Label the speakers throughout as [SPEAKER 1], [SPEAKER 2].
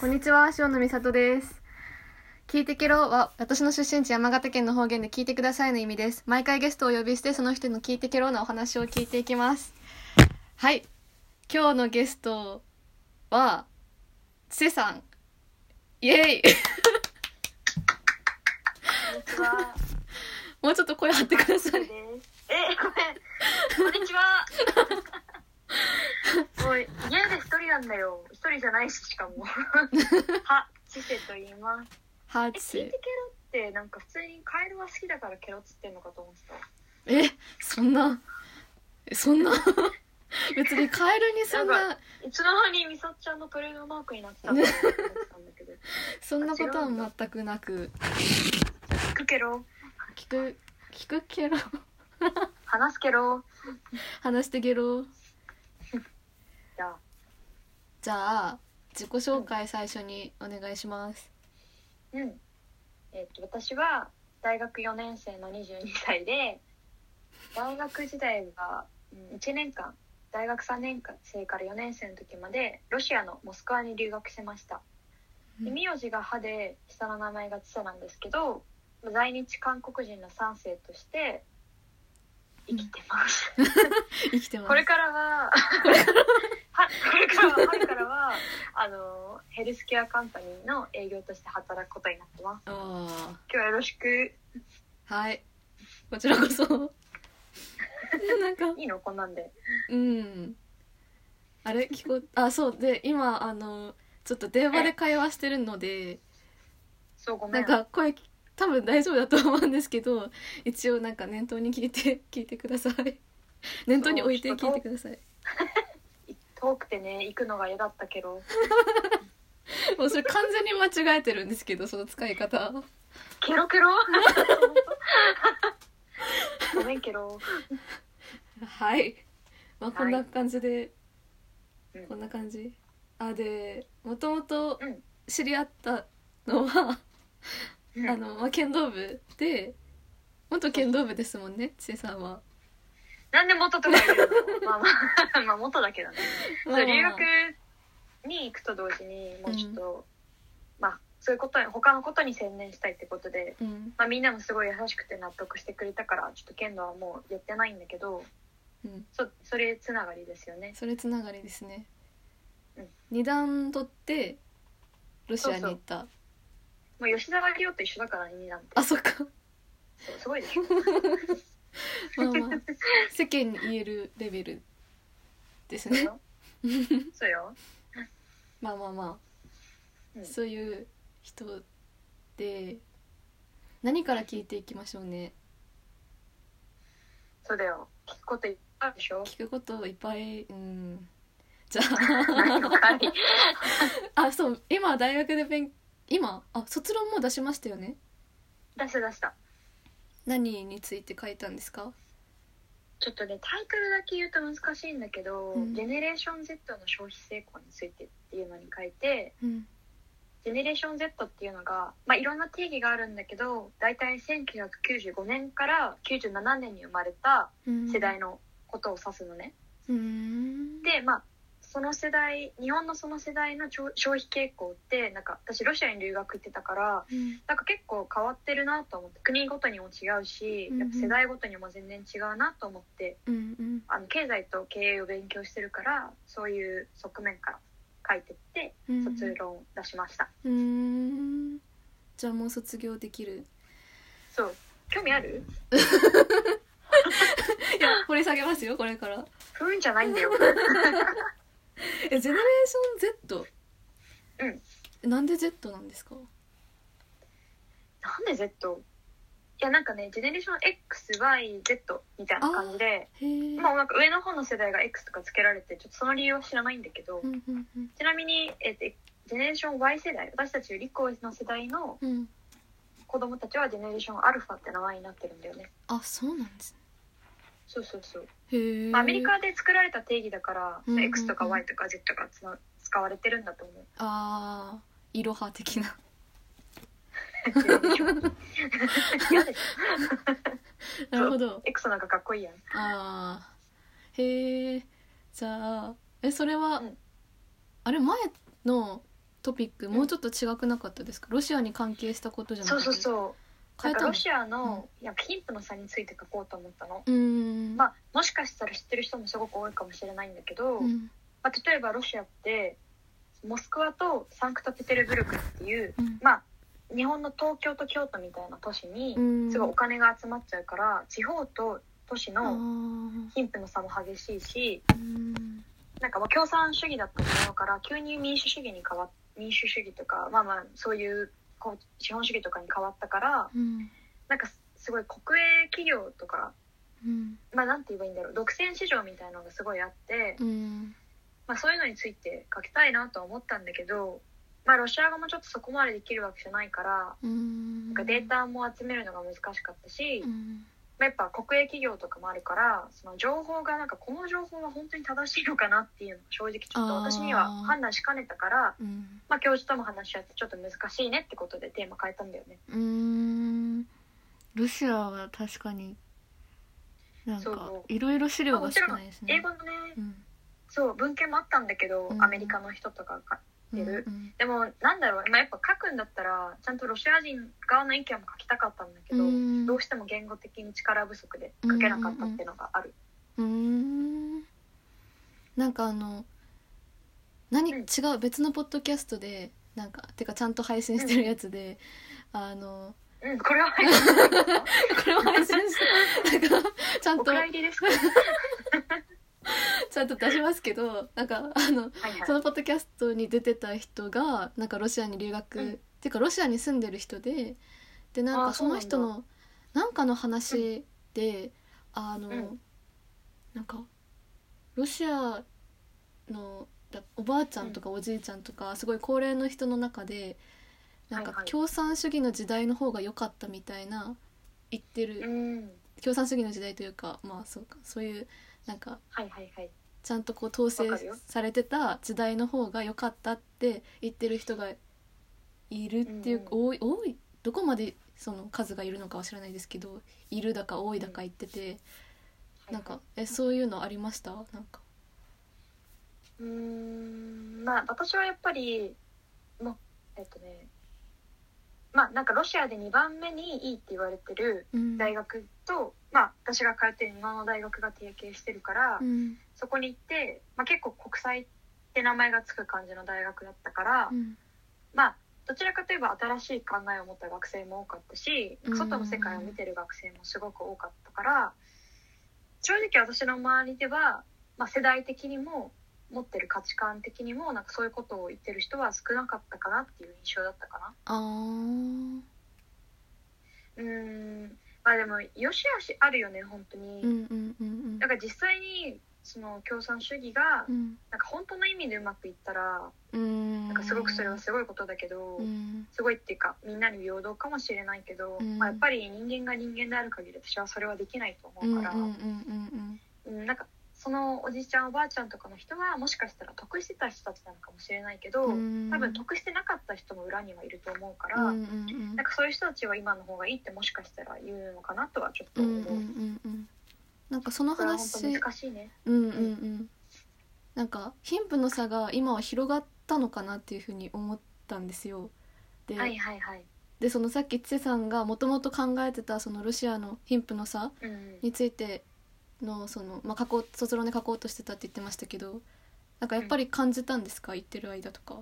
[SPEAKER 1] こんにちは、塩野美里です。聞いてけろは、私の出身地山形県の方言で聞いてくださいの意味です。毎回ゲストをお呼びして、その人の聞いてけろなお話を聞いていきます。はい。今日のゲストは、つせさん。イエイ
[SPEAKER 2] こんにちは。
[SPEAKER 1] もうちょっと声張ってください。
[SPEAKER 2] え、ごめん。こんにちは。おい、家で一人なんだよ。一人じゃないし、しか も。は、チセと言います。
[SPEAKER 1] はー
[SPEAKER 2] え、
[SPEAKER 1] つ
[SPEAKER 2] 聞い
[SPEAKER 1] せ。
[SPEAKER 2] てケロって、なんか普通にカエルは好きだからケロっつってんのかと思ってた。
[SPEAKER 1] え、そんな、そんな、 別にカエルにそん
[SPEAKER 2] な
[SPEAKER 1] な、
[SPEAKER 2] いつの間にミサちゃんのトレードマークになってたのかなと思ってたんだけど。
[SPEAKER 1] そんなことは全くなく、
[SPEAKER 2] 聞くケロ、
[SPEAKER 1] 聞く、聞くけど。
[SPEAKER 2] 話すケロ。
[SPEAKER 1] 話してゲロ
[SPEAKER 2] じゃあ、
[SPEAKER 1] じゃあ自己紹介最初にお願いします
[SPEAKER 2] うん。えっと、私は大学4年生の22歳で、大学時代はうん1年間、大学3年生から4年生の時まで、ロシアのモスクワに留学してました。で
[SPEAKER 1] うん
[SPEAKER 2] 名字が歯で、下の名前がチサなんですけど、在日韓国人の3世として、生きてます。
[SPEAKER 1] 生きてます
[SPEAKER 2] これからは、 はこれからは、春からは、あの、ヘルスケアカンパニーの営業として働くことになってます。
[SPEAKER 1] あ
[SPEAKER 2] 今日はよろしく。
[SPEAKER 1] あはいこちらこそ なんか
[SPEAKER 2] いいのこんなんで。
[SPEAKER 1] うんあれ聞こあそうで今あのちょっと電話で会話してるので
[SPEAKER 2] そう、ごめ
[SPEAKER 1] なんか
[SPEAKER 2] ん。
[SPEAKER 1] 声多分大丈夫だと思うんですけど一応なんか念頭に聞いて聞いてください念頭に置いて聞いてください
[SPEAKER 2] 遠くてね、行くのが嫌だったけど、
[SPEAKER 1] もうそれ完全に間違えてるんですけどその使い方
[SPEAKER 2] ケロケロごめんケロ。
[SPEAKER 1] はい、まあ、
[SPEAKER 2] はい
[SPEAKER 1] こんな感じで、
[SPEAKER 2] うん
[SPEAKER 1] こんな感じあでもともと
[SPEAKER 2] うん
[SPEAKER 1] 知り合ったのは、
[SPEAKER 2] うん
[SPEAKER 1] あの、まあ、剣道部で元剣道部ですもんねちえさんは、
[SPEAKER 2] なんで元とか言うのまあまあ、 まあ元だけどね。
[SPEAKER 1] まあ
[SPEAKER 2] そう、留
[SPEAKER 1] まあ
[SPEAKER 2] 学に行くと同時に、もうちょっと、まあ、そういうことに、他のことに専念したいってことで、
[SPEAKER 1] うん
[SPEAKER 2] まあみんなもすごい優しくて納得してくれたから、ちょっと剣道はもうやってないんだけど、
[SPEAKER 1] うん
[SPEAKER 2] そそれつながりですよね。
[SPEAKER 1] それつながりですね、
[SPEAKER 2] うん
[SPEAKER 1] 二段取ってロシアに行った
[SPEAKER 2] もう吉沢亮と一緒だからね、なんて。
[SPEAKER 1] あそっか
[SPEAKER 2] そうすごいでしょ。
[SPEAKER 1] まあまあ世間に言えるレベルですね
[SPEAKER 2] そうよ。
[SPEAKER 1] まあまあまあ、
[SPEAKER 2] うん
[SPEAKER 1] そういう人で何から聞いていきましょうね
[SPEAKER 2] そうだよ。聞くこといっぱいあるで しょ。
[SPEAKER 1] 聞くこといっぱいうんじゃあ
[SPEAKER 2] ない のかい。
[SPEAKER 1] あそう今大学で勉今あ卒論もう出しましたよね
[SPEAKER 2] 出した出した。
[SPEAKER 1] 何について書いたんですか
[SPEAKER 2] ちょっとね、タイトルだけ言うと難しいんだけど、
[SPEAKER 1] うん
[SPEAKER 2] ジェネレーション Z の消費成功についてっていうのに書いて、
[SPEAKER 1] うん
[SPEAKER 2] ジェネレーション Z っていうのが、まあ、いろんな定義があるんだけど、大体1995年から97年に生まれた
[SPEAKER 1] うん
[SPEAKER 2] 世代のことを指すのね。
[SPEAKER 1] うん
[SPEAKER 2] で、まあ、その世代、日本のその世代の消消費傾向って、なんか私ロシアに留学行ってたから、
[SPEAKER 1] うん
[SPEAKER 2] なんか結構変わってるなと思って国ごとにも違うし
[SPEAKER 1] うんうん
[SPEAKER 2] やっぱ世代ごとにも全然違うなと思って
[SPEAKER 1] うんうん
[SPEAKER 2] あの経済と経営を勉強してるからそういう側面から書いてって
[SPEAKER 1] うん
[SPEAKER 2] 卒論を出しました、
[SPEAKER 1] うんじゃあもう卒業できる
[SPEAKER 2] そう興味ある
[SPEAKER 1] いや掘り下げますよこれから
[SPEAKER 2] 不運じゃないんだ よ
[SPEAKER 1] えジェネレーション Z
[SPEAKER 2] うん
[SPEAKER 1] んなんで Z なんですか
[SPEAKER 2] なんで Z? いやなんかねジェネレーション XYZ みたいな感じで
[SPEAKER 1] へえ
[SPEAKER 2] まあなんか上の方の世代が X とかつけられてちょっとその理由は知らないんだけど、
[SPEAKER 1] うんうんうん
[SPEAKER 2] ちなみに、えっとジェネレーション Y 世代私たちより1個上の世代の
[SPEAKER 1] うん
[SPEAKER 2] 子供たちはジェネレーションアルファって名前になってるんだよね
[SPEAKER 1] あそうなんですね
[SPEAKER 2] そうそうそう、
[SPEAKER 1] へえ
[SPEAKER 2] まあ、アメリカで作られた定義だから、
[SPEAKER 1] うんうんうん
[SPEAKER 2] X とか Y とか Z がつな使われてるんだ と思う
[SPEAKER 1] ああイロハ的な
[SPEAKER 2] 嫌でし
[SPEAKER 1] なるほど
[SPEAKER 2] ょ X なんかかっこいいやん
[SPEAKER 1] ああへえじゃあえそれは、
[SPEAKER 2] うん
[SPEAKER 1] あれ前のトピックもうちょっと違くなかったですかロシアに関係したことじゃな
[SPEAKER 2] そ
[SPEAKER 1] く
[SPEAKER 2] う
[SPEAKER 1] て
[SPEAKER 2] そうそうな
[SPEAKER 1] 変
[SPEAKER 2] ん
[SPEAKER 1] え
[SPEAKER 2] か
[SPEAKER 1] たの
[SPEAKER 2] ロシアの、やっぱ貧富の差について書こうと思ったの、
[SPEAKER 1] うーん
[SPEAKER 2] まあもしかしたら知ってる人もすごく多いかもしれないんだけど、
[SPEAKER 1] うん
[SPEAKER 2] まあ、例えばロシアってモスクワとサンクトペテルブルクっていう
[SPEAKER 1] うん
[SPEAKER 2] まあ日本の東京と京都みたいな都市に
[SPEAKER 1] うん
[SPEAKER 2] すごいお金が集まっちゃうから地方と都市
[SPEAKER 1] あ
[SPEAKER 2] の
[SPEAKER 1] ー
[SPEAKER 2] 貧富の差も激しいし
[SPEAKER 1] うん
[SPEAKER 2] なんかまあ共産主義だったものから急に民主主義に変わっ民主主義とかまあまあそういうこう資本主義とかに変わったから
[SPEAKER 1] うん
[SPEAKER 2] なんかすすごい国営企業とか
[SPEAKER 1] うん
[SPEAKER 2] まあなんて言えばいいんだろう独占市場みたいなのがすごいあって
[SPEAKER 1] うん
[SPEAKER 2] まあ、そういうのについて書きたいなとは思ったんだけど、まあ、ロシア語もちょっとそこまでできるわけじゃないから
[SPEAKER 1] うん
[SPEAKER 2] なんかデータも集めるのが難しかったし、
[SPEAKER 1] うん
[SPEAKER 2] まあ、やっぱ国営企業とかもあるからその情報がなんかこの情報は本当に正しいのかなっていうのが正直ちょっと
[SPEAKER 1] あー
[SPEAKER 2] 私には判断しかねたから。
[SPEAKER 1] うん
[SPEAKER 2] まあ、教授とも話し合ってちょっと難しいねってことでテーマ変えたんだよね。
[SPEAKER 1] うーんロシアは確かになん
[SPEAKER 2] そう
[SPEAKER 1] か
[SPEAKER 2] そ
[SPEAKER 1] いろいろ資料
[SPEAKER 2] まあ
[SPEAKER 1] が
[SPEAKER 2] もち
[SPEAKER 1] 少
[SPEAKER 2] ろん
[SPEAKER 1] ないですね。
[SPEAKER 2] 英語のね、
[SPEAKER 1] うん
[SPEAKER 2] そう文献もあったんだけど、
[SPEAKER 1] うん
[SPEAKER 2] アメリカの人とかが出る
[SPEAKER 1] うん
[SPEAKER 2] でもなんだろう、まあ、やっぱ書くんだったらちゃんとロシア人側の意見も書きたかったんだけど、
[SPEAKER 1] うん
[SPEAKER 2] どうしても言語的に力不足で書けなかったっていうのがある、
[SPEAKER 1] うんうんなんかあの何、
[SPEAKER 2] うん
[SPEAKER 1] 違う別のポッドキャストでなんかてかちゃんと配信してるやつで、あの
[SPEAKER 2] うんこれは入ってない
[SPEAKER 1] これも配信してなんかちゃん
[SPEAKER 2] お
[SPEAKER 1] と
[SPEAKER 2] 蔵入りですかはい
[SPEAKER 1] ちゃんと出しますけどなんかあのそ
[SPEAKER 2] は
[SPEAKER 1] のポッドキャストに出てた人がなんかロシアに留学、
[SPEAKER 2] うん
[SPEAKER 1] っていうかロシアに住んでる人ででなん
[SPEAKER 2] あー
[SPEAKER 1] かその人のなんかの話で、あの、
[SPEAKER 2] うん
[SPEAKER 1] なんかロシアのだおばあちゃんとかおじいちゃんとか、すごい高齢の人の中でなん
[SPEAKER 2] はいは
[SPEAKER 1] か
[SPEAKER 2] い
[SPEAKER 1] 共産主義の時代の方が良かったみたいな言ってる、
[SPEAKER 2] いうん
[SPEAKER 1] 共産主義の時代というかまあそうかそういうなんか
[SPEAKER 2] はいはいはい
[SPEAKER 1] ちゃんとこう統制
[SPEAKER 2] わかるよ
[SPEAKER 1] されてた時代の方が良かったって言ってる人がいるっていう、
[SPEAKER 2] うん
[SPEAKER 1] 多い多いどこまでその数がいるのかは知らないですけどいるだか多いだか言ってて、なん
[SPEAKER 2] はい
[SPEAKER 1] かえそういうのありましたなんか
[SPEAKER 2] うーんまあ私はやっぱりもうえっとねまあなんかロシアで2番目にいいって言われてる
[SPEAKER 1] うん
[SPEAKER 2] 大学と、まあ私が通ってる今の大学が提携してるから、
[SPEAKER 1] うん
[SPEAKER 2] そこに行って、まあ、結構国際って名前がつく感じの大学だったから、
[SPEAKER 1] うん
[SPEAKER 2] まあどちらかといえば新しい考えを持った学生も多かったし
[SPEAKER 1] うん
[SPEAKER 2] 外の世界を見てる学生もすごく多かったから正直私の周りでは、まあ、世代的にも持ってる価値観的にもなんかそういうことを言ってる人は少なかったかなっていう印象だったかな。
[SPEAKER 1] あー
[SPEAKER 2] うーんまあでもよしあしあるよね本当に。
[SPEAKER 1] うんうんうん
[SPEAKER 2] だから実際にその共産主義が
[SPEAKER 1] うん
[SPEAKER 2] なんか本当の意味でうまくいったら
[SPEAKER 1] うん
[SPEAKER 2] なんかすごくそれはすごいことだけど、
[SPEAKER 1] うん
[SPEAKER 2] すごいっていうかみんなに平等かもしれないけど、
[SPEAKER 1] うん
[SPEAKER 2] まあ、やっぱり人間が人間である限り私はそれはできないと
[SPEAKER 1] う
[SPEAKER 2] 思
[SPEAKER 1] んうん
[SPEAKER 2] う
[SPEAKER 1] うん
[SPEAKER 2] から、
[SPEAKER 1] うん
[SPEAKER 2] うんなんかそのおじいちゃんおばあちゃんとかの人はもしかしたら得してた人たちなのかもしれないけど、
[SPEAKER 1] うん
[SPEAKER 2] 多分得してなかった人も裏にはいると思うから、
[SPEAKER 1] うんうんうん
[SPEAKER 2] なんかそういう人たちは今の方がいいってもしかしたら言うのかなとはちょっと
[SPEAKER 1] うんう
[SPEAKER 2] 思う。
[SPEAKER 1] んうんうんなんかその
[SPEAKER 2] これは本当
[SPEAKER 1] 話
[SPEAKER 2] 難しいね。
[SPEAKER 1] うんうんうんなんか貧富の差が今は広がったのかなっていうふうに思ったんですよ。で,、
[SPEAKER 2] はいはいはい。
[SPEAKER 1] でそのさっきチセさんがもともと考えてたそのロシアの貧富の差
[SPEAKER 2] うん。
[SPEAKER 1] についてのその、まあ、書こう卒論で書こうとしてたって言ってましたけどなんかやっぱり感じたんですか言ってる間とか。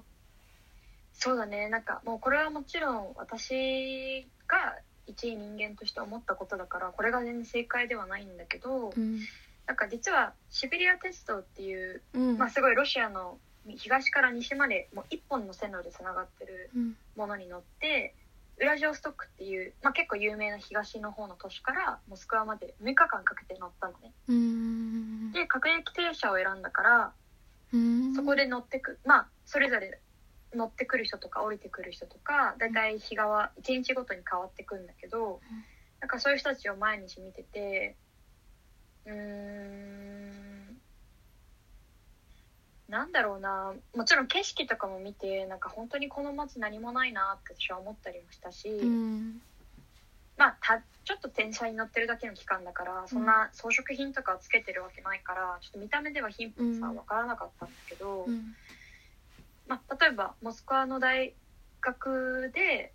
[SPEAKER 2] そうだねなんかもうこれはもちろん私が一人間として思ったことだからこれが全然正解ではないんだけど、
[SPEAKER 1] うん
[SPEAKER 2] なんか実はシベリア鉄道っていう、
[SPEAKER 1] うん
[SPEAKER 2] まあ、すごいロシアの東から西までもう一本の線路でつながってる
[SPEAKER 1] うん
[SPEAKER 2] ものに乗ってウラジオストックっていう、まあ、結構有名な東の方の都市からモスクワまで6日間かけて乗ったのね
[SPEAKER 1] うん
[SPEAKER 2] で各駅停車を選んだから
[SPEAKER 1] うん
[SPEAKER 2] そこで乗ってくまあそれぞれ乗ってくる人とか降りてくる人とかだいたい日がわ1日ごとに変わってくんだけど
[SPEAKER 1] うん
[SPEAKER 2] なんかそういう人たちを毎日見ててうーんなんだろうなもちろん景色とかも見てなんか本当にこの街何もないなって私は思ったりもしたし、
[SPEAKER 1] うん
[SPEAKER 2] まあたちょっと電車に乗ってるだけの期間だからそんな装飾品とかをつけてるわけないからちょっと見た目では貧富の差は分からなかったんだけど。
[SPEAKER 1] うん
[SPEAKER 2] まあ、例えばモスクワの大学で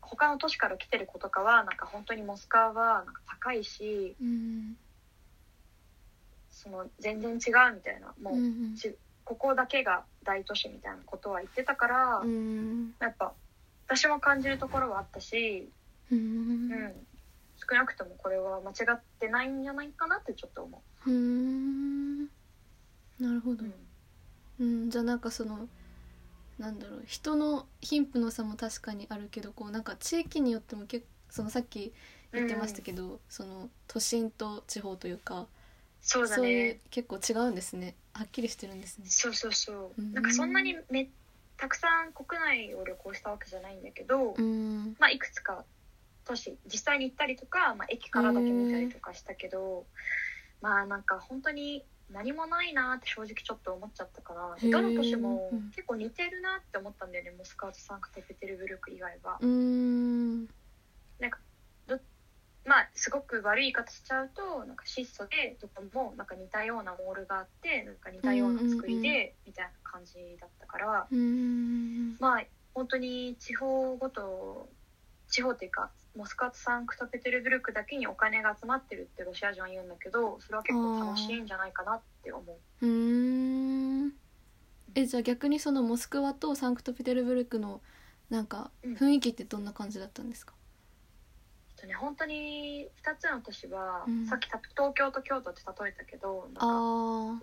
[SPEAKER 2] 他の都市から来てる子とかはなんか本当にモスクワはなんか高いし
[SPEAKER 1] うん
[SPEAKER 2] その全然違うみたいなもう、
[SPEAKER 1] うん
[SPEAKER 2] ちここだけが大都市みたいなことは言ってたから、
[SPEAKER 1] うん
[SPEAKER 2] やっぱ私も感じるところはあったし、
[SPEAKER 1] う
[SPEAKER 2] うん
[SPEAKER 1] ん
[SPEAKER 2] 少なくともこれは間違ってないんじゃないかなってちょっと思
[SPEAKER 1] うんなるほ
[SPEAKER 2] う。
[SPEAKER 1] ど
[SPEAKER 2] うん
[SPEAKER 1] うん、じゃあなんかそのなんだろう人の貧富の差も確かにあるけどこうなんか地域によっても結構そのさっき言ってましたけど、その都心と地方というか
[SPEAKER 2] そうだ
[SPEAKER 1] い
[SPEAKER 2] ね
[SPEAKER 1] う結構違うんですねはっきりしてるんですね。
[SPEAKER 2] そうそうそう、
[SPEAKER 1] うん
[SPEAKER 2] なんかそんなにめたくさん国内を旅行したわけじゃないんだけど、
[SPEAKER 1] うん
[SPEAKER 2] まあいくつか都市実際に行ったりとか、まあ、駅からだけ見たりとかしたけど、まあなんか本当に何もないなって正直ちょっと思っちゃったから
[SPEAKER 1] へー
[SPEAKER 2] どの都市も
[SPEAKER 1] うん
[SPEAKER 2] 結構似てるなって思ったんだよねモスクワとサンクトペテルブルク以外は。
[SPEAKER 1] うん
[SPEAKER 2] まあすごく悪い言い方しちゃうとなんか質素でどこもなんか似たようなモールがあってなんか似たような作り
[SPEAKER 1] うんうん
[SPEAKER 2] でみたいな感じだったから。
[SPEAKER 1] うん
[SPEAKER 2] まあ本当に地方ごと地方っていうかモスクワとサンクトペテルブルクだけにお金が集まってるってロシア人は言うんだけどそれは結構楽しいんじゃないかなって思う
[SPEAKER 1] うんえじゃあ逆にそのモスクワとサンクトペテルブルクのなんか
[SPEAKER 2] うん
[SPEAKER 1] 雰囲気ってどんな感じだったんですか、
[SPEAKER 2] えっとね本当に2つの都市は、
[SPEAKER 1] うん
[SPEAKER 2] さっきた東京と京都って例えたけどなんか
[SPEAKER 1] ああ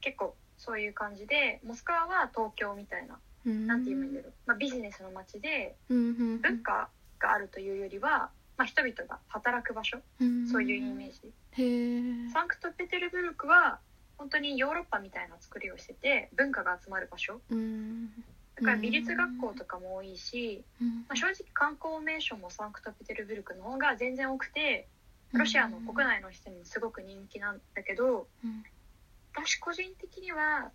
[SPEAKER 2] 結構そういう感じでモスクワは東京みたいななんて言うんだろう、まあ、ビジネスの街で
[SPEAKER 1] うん
[SPEAKER 2] 文化があるというよりは、まあ、人々が働く場所
[SPEAKER 1] うん
[SPEAKER 2] そういうイメージ。
[SPEAKER 1] へえ
[SPEAKER 2] サンクトペテルブルクは本当にヨーロッパみたいな作りをしてて文化が集まる場所
[SPEAKER 1] うん
[SPEAKER 2] だから美術学校とかも多いし、
[SPEAKER 1] うん
[SPEAKER 2] まあ、正直観光名所もサンクトペテルブルクの方が全然多くてロシアの国内の人にもすごく人気なんだけど
[SPEAKER 1] うん
[SPEAKER 2] 私個人的には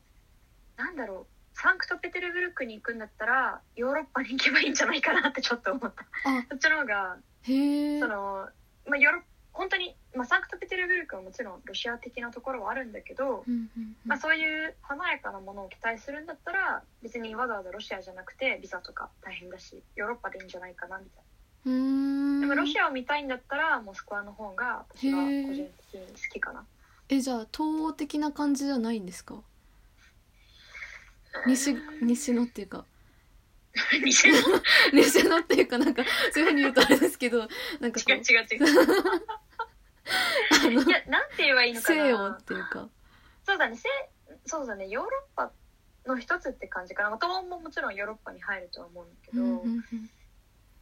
[SPEAKER 2] なんだろうサンクトペテルブルクに行くんだったらヨーロッパに行けばいいんじゃないかなってちょっと思った
[SPEAKER 1] あ
[SPEAKER 2] そっちの方が
[SPEAKER 1] へえ
[SPEAKER 2] その、まあ、ヨーロッ本当に、まあ、サンクトペテルブルクはもちろんロシア的なところはあるんだけど、
[SPEAKER 1] うんうん
[SPEAKER 2] まあ、そういう華やかなものを期待するんだったら別にわざわざロシアじゃなくてビザとか大変だしヨーロッパでいいんじゃないかなみたい
[SPEAKER 1] うん
[SPEAKER 2] なでもロシアを見たいんだったらモスクワの方が私は個人的に好きかな
[SPEAKER 1] えじゃあ東欧的な感じじゃないんですか西西のっていうか
[SPEAKER 2] 西 の違
[SPEAKER 1] 西のっていうかなんかそういうふうに言うとあれですけどなんかこ
[SPEAKER 2] う違う違ういやなんて言えばいいうのか
[SPEAKER 1] 西欧っ
[SPEAKER 2] な
[SPEAKER 1] ていうか
[SPEAKER 2] そうだね西そうだねヨーロッパの一つって感じかなまあ東欧ももちろんヨーロッパに入るとは思うんだけ
[SPEAKER 1] う
[SPEAKER 2] ど、
[SPEAKER 1] んうん